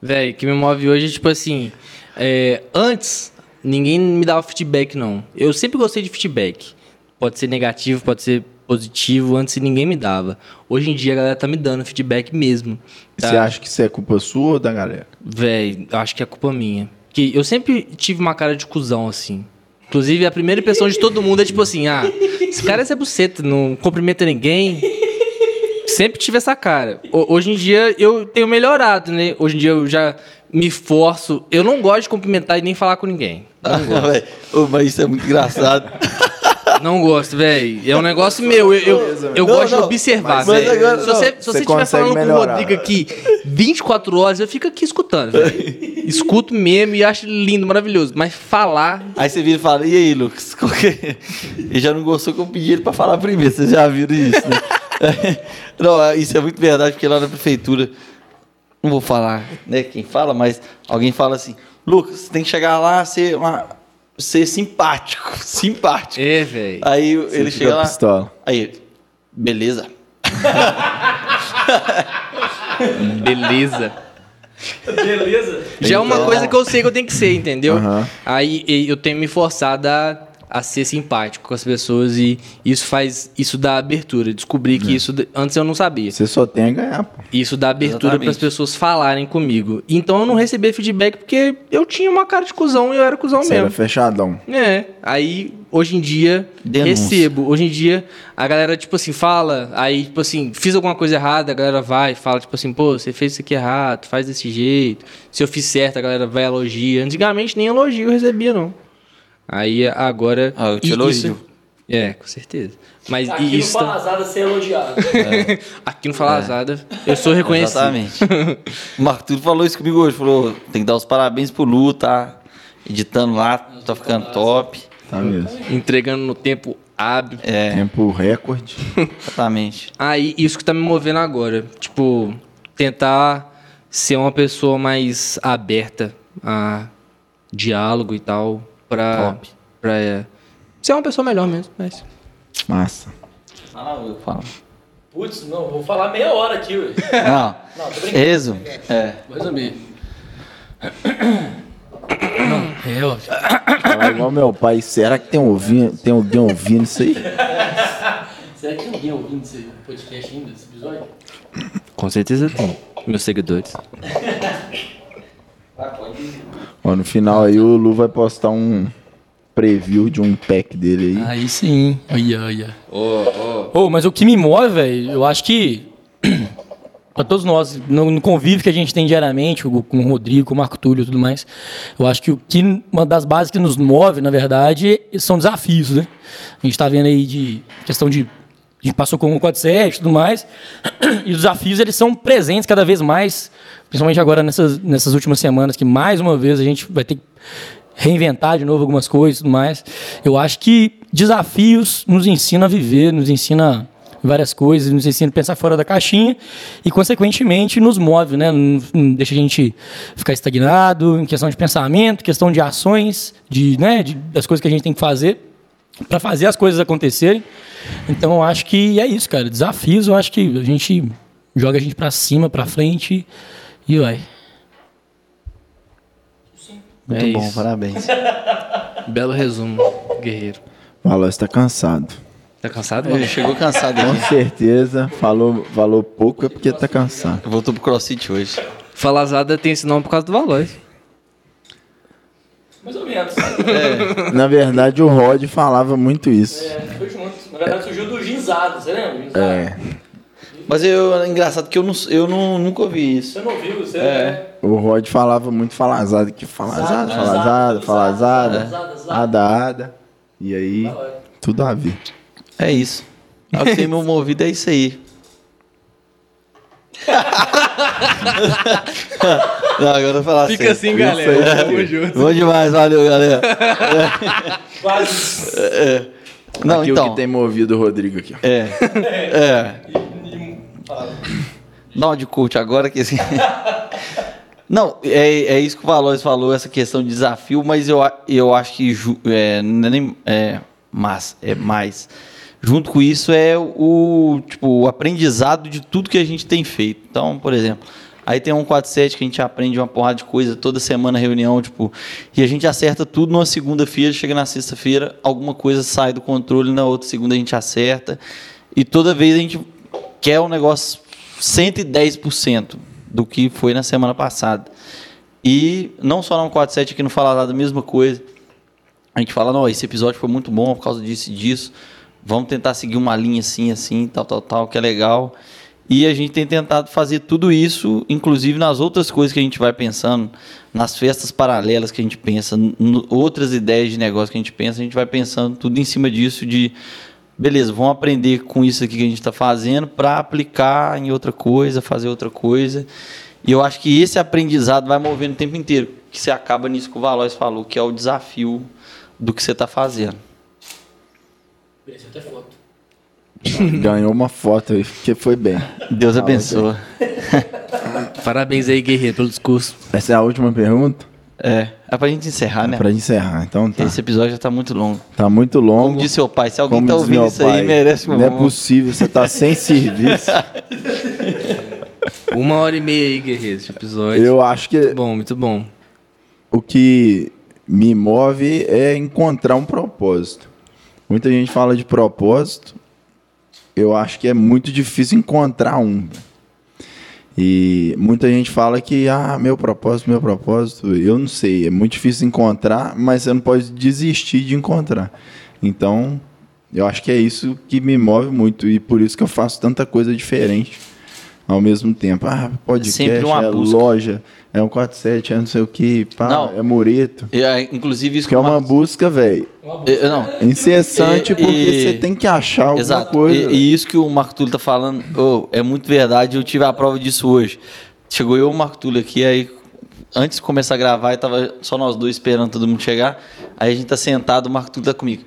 véi, o que me move hoje é tipo assim. é, antes, ninguém me dava feedback, não. Eu sempre gostei de feedback. Pode ser negativo, pode ser positivo. Antes ninguém me dava. Hoje em dia a galera tá me dando feedback mesmo. Tá?
Você acha que isso é culpa sua ou da galera?
Véi, eu acho que é culpa minha. Que eu sempre tive uma cara de cuzão, assim. Inclusive, a primeira impressão de todo mundo é tipo assim, ah, esse cara é Zé Buceta, não cumprimenta ninguém. Sempre tive essa cara. Ho- hoje em dia eu tenho melhorado, né? Hoje em dia eu já me forço. Eu não gosto de cumprimentar e nem falar com ninguém.
<laughs> Véi, ô, mas isso é muito engraçado.
Não gosto, véi. É um negócio meu. Eu, eu, eu
Não,
gosto de
não,
observar,
mas- mas
véi.
agora
Se
não,
você, se
você
você estiver
consegue
falando com o
melhorar.
Rodrigo aqui 24 horas, eu fico aqui escutando,
<laughs>
véi. Escuto mesmo e acho lindo, maravilhoso. Mas falar.
Aí você vira e fala, e aí, Lucas? <laughs> Qual que é?" Ele já não gostou que eu pedi ele pra falar primeiro, vocês já viram isso, né? <laughs> não, é, isso é muito verdade, porque lá na prefeitura, não vou falar, né, quem fala, mas alguém fala assim, Lucas, você tem que chegar lá, ser, uma, ser simpático, <laughs> simpático.
É, véi.
Aí
Você
ele
fica
chega lá,
pistola.
aí, beleza.
Beleza.
Beleza.
Já é uma
Então-
coisa que eu sei que eu tenho que ser, entendeu?
Aham.
Aí e- eu tenho me forçado a, a ser simpático com as pessoas e isso faz. Isso dá abertura. Descobri
É.
que isso. Antes eu não sabia.
Você só tem a ganhar. pô.
Isso dá abertura
Exatamente.
para as pessoas falarem comigo. Então eu não recebi feedback porque eu tinha uma cara de cuzão e eu era cuzão
Você era
mesmo.
fechadão.
É, aí hoje em dia
Denúncia.
recebo. Hoje em dia a galera tipo assim fala, aí tipo assim, fiz alguma coisa errada, a galera vai e fala tipo assim, pô, você fez isso aqui errado, faz desse jeito. Se eu fiz certo, a galera vai e elogia. Antigamente nem elogio eu recebia não. Aí agora
Ah, eu te
e
elogio.
isso- É, com certeza. Mas
Aqui
e isso
no
tá-
Palazada ser elogiado.
<laughs> aqui no Falazada, eu sou reconhecido.
Exatamente.
<laughs>
o Marco Túlio falou isso comigo hoje, falou, tem que dar os parabéns pro Lu, tá? Editando lá, tá ficando top.
Tá mesmo.
entregando no tempo hábil.
É,
Tempo recorde.
exatamente.
Aí, isso que tá me movendo agora. Tipo, tentar ser uma pessoa mais aberta a diálogo e tal. Pra.
Top.
pra, é, ser uma pessoa melhor mesmo. é Mas...
<laughs> Massa.
Fala, eu falo.
Putz, não, vou falar meia hora aqui, velho.
Não,
Não, tô brincando.
resumo. É.
Mais ou menos. É, ó.
Fala igual meu pai. Será que tem ouvindo, tem alguém ouvindo isso aí?
Será que tem alguém ouvindo esse podcast ainda, esse episódio?
Com certeza tem. Meus seguidores.
Ó, no final aí o Lu vai postar um preview de um pack dele aí.
Aí sim. Ai, ai, ai. Ô, mas o que me move, velho, eu acho que pra todos nós, no, no convívio que a gente tem diariamente, o- com o Rodrigo, com o Marco Túlio e tudo mais, eu acho que o que uma das bases que nos move, na verdade, são desafios, né? A gente tá vendo aí de questão de. A gente passou com o 147 e tudo mais. <clears throat> E os desafios, eles são presentes cada vez mais, principalmente agora nessas, nessas últimas semanas, que mais uma vez a gente vai ter que reinventar de novo algumas coisas e tudo mais. Eu acho que desafios nos ensina a viver, nos ensina várias coisas, nos ensina a pensar fora da caixinha e, consequentemente, nos move, né? Não, não deixa a gente ficar estagnado em questão de pensamento, questão de ações, de, né, de- das coisas que a gente tem que fazer para fazer as coisas acontecerem. Então, eu acho que é isso, cara. Desafios, eu acho que a gente joga a gente para cima, para frente e vai.
Muito
É
bom,
isso.
parabéns.
Belo resumo, guerreiro.
Falou, está cansado.
Tá cansado, mano?
Ele chegou cansado
Com
aqui.
certeza, falou, falou pouco é porque tá cansado.
Voltou pro crossfit hoje.
É. Falazada tem esse nome por causa do Valois.
Mais ou menos.
Na verdade, o Rod falava muito isso.
É, foi junto. Na verdade, surgiu do Ginzado, você lembra? Ginzado.
É,
Mas eu, é engraçado que eu, não, eu não, nunca ouvi isso.
Você não ouviu, você...
É.
o Rod falava muito falazada, que falazada,
Zada,
falazada,
zada, zada,
falazada,
zada.
ada, ada. E aí, tudo a ver.
É isso. É O que tem meu movido é isso aí. não, agora eu vou falar
Fica
sério.
assim, galera. Tamo junto.
Bom demais, valeu, galera.
Quase.
É, é. Não,
Aqui o
então.
que tem movido o Rodrigo aqui. ó.
É. É. Dá uma de coach agora que assim. <laughs> Não, é, é isso que o Valores falou, essa questão de desafio, mas eu, a- eu acho que ju- é, não é nem, é, mas, é mais. Junto com isso é o, tipo, o aprendizado de tudo que a gente tem feito. Então, por exemplo, aí tem um 47 que a gente aprende uma porrada de coisa, toda semana reunião, tipo, e a gente acerta tudo numa segunda-feira, chega na sexta-feira, alguma coisa sai do controle, na outra segunda a gente acerta. E toda vez a gente quer um negócio 110% do que foi na semana passada. E não só na 147 aqui não fala nada, a mesma coisa. A gente fala, não, esse episódio foi muito bom por causa disso e disso. Vamos tentar seguir uma linha assim, assim, tal, tal, tal, que é legal. E a gente tem tentado fazer tudo isso, inclusive nas outras coisas que a gente vai pensando, nas festas paralelas que a gente pensa, n- n- outras ideias de negócio que a gente pensa, a gente vai pensando tudo em cima disso de beleza, vamos aprender com isso aqui que a gente está fazendo para aplicar em outra coisa, fazer outra coisa. E eu acho que esse aprendizado vai movendo o tempo inteiro, que você acaba nisso que o Valois falou, que é o desafio do que você está fazendo.
Beleza, até foto.
Ganhou uma foto aí, porque foi bem.
Deus
Ah,
abençoe.
Parabéns aí, guerreiro, pelo discurso.
Essa é a última pergunta?
É, é pra gente encerrar, né?
Pra encerrar, então tá.
Esse episódio já tá muito longo.
Tá muito
Como
longo.
disse seu pai, se alguém
Como
tá
diz
ouvindo
meu
isso
pai,
aí, merece um
Não é possível, você tá
<laughs>
sem serviço.
Uma hora e meia aí, guerreiro, esse episódio.
Eu acho que
Muito bom, muito bom.
o que me move é encontrar um propósito. Muita gente fala de propósito, eu acho que é muito difícil encontrar um. E muita gente fala que, ah, meu propósito, meu propósito, eu não sei, é muito difícil encontrar, mas você não pode desistir de encontrar. Então, eu acho que é isso que me move muito e por isso que eu faço tanta coisa diferente ao mesmo tempo. Ah, podcast,
Sempre uma
é
busca.
loja, é um 47, é não sei o que, pá,
Não.
é mureto.
É, inclusive isso
Que é uma
Marcos-
busca, velho,
É, Não,
incessante,
E-
porque
e-
você tem que achar alguma
Exato.
coisa.
E, e isso que o Marco Túlio tá falando ô, é muito verdade. Eu tive a prova disso hoje. Chegou eu e o Marco Túlio aqui, aí antes de começar a gravar, eu tava só nós dois esperando todo mundo chegar. Aí a gente tá sentado, o Marco Túlio tá comigo.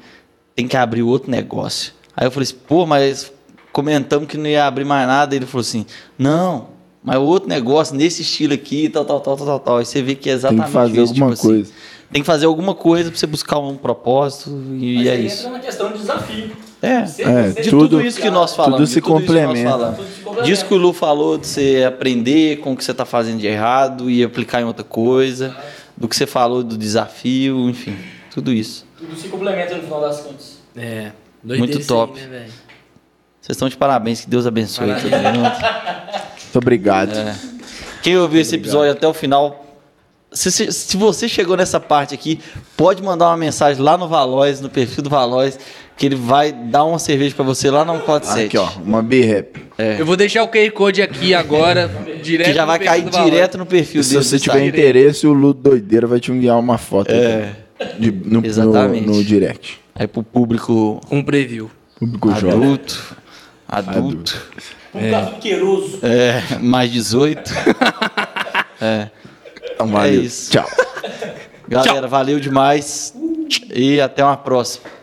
Tem que abrir outro negócio. Aí eu falei assim, pô, mas comentamos que não ia abrir mais nada. Ele falou assim, não, mas outro negócio nesse estilo aqui, tal, tal, tal, tal, tal, tal. Aí você vê que é
tem
exatamente
que fazer
isso,
alguma
tipo assim,
coisa.
tem que fazer alguma coisa pra você buscar um propósito e é isso.
entra na questão de desafio.
É,
É,
de
tudo-
tudo, isso que nós falamos.
tudo
de
se
Isso que
complementa.
nós falamos.
Tudo se complementa.
Disso que o Lu falou, de você aprender com o que você está fazendo de errado e aplicar em outra coisa, do que você falou do desafio, enfim, tudo isso.
Tudo se complementa no final das contas.
É.
Muito
isso aí,
top.
né, velho?
Vocês estão de parabéns, que Deus abençoe todo mundo.
Muito obrigado.
É, Quem ouviu esse episódio até o final, se, se- se você chegou nessa parte aqui, pode mandar uma mensagem lá no Valois, no perfil do Valois, que ele vai dar uma cerveja para você lá no 47.
Aqui, ó, uma B-Rap.
Eu vou deixar o QR Code aqui agora, direto
Que já
no
vai
perfil
cair
do Valor.
direto no perfil
Se
dele.
você
do
tiver
Instagram. É.
interesse, o Lu Doideira vai te enviar uma foto aqui, de- no, no,
Exatamente.
no direct.
Aí É pro público
Um preview.
Público jovem.
adulto. Adulto.
Público queiroso.
É, mais 18.
Então, valeu.
É isso.
Tchau.
Galera, valeu demais. E até uma próxima.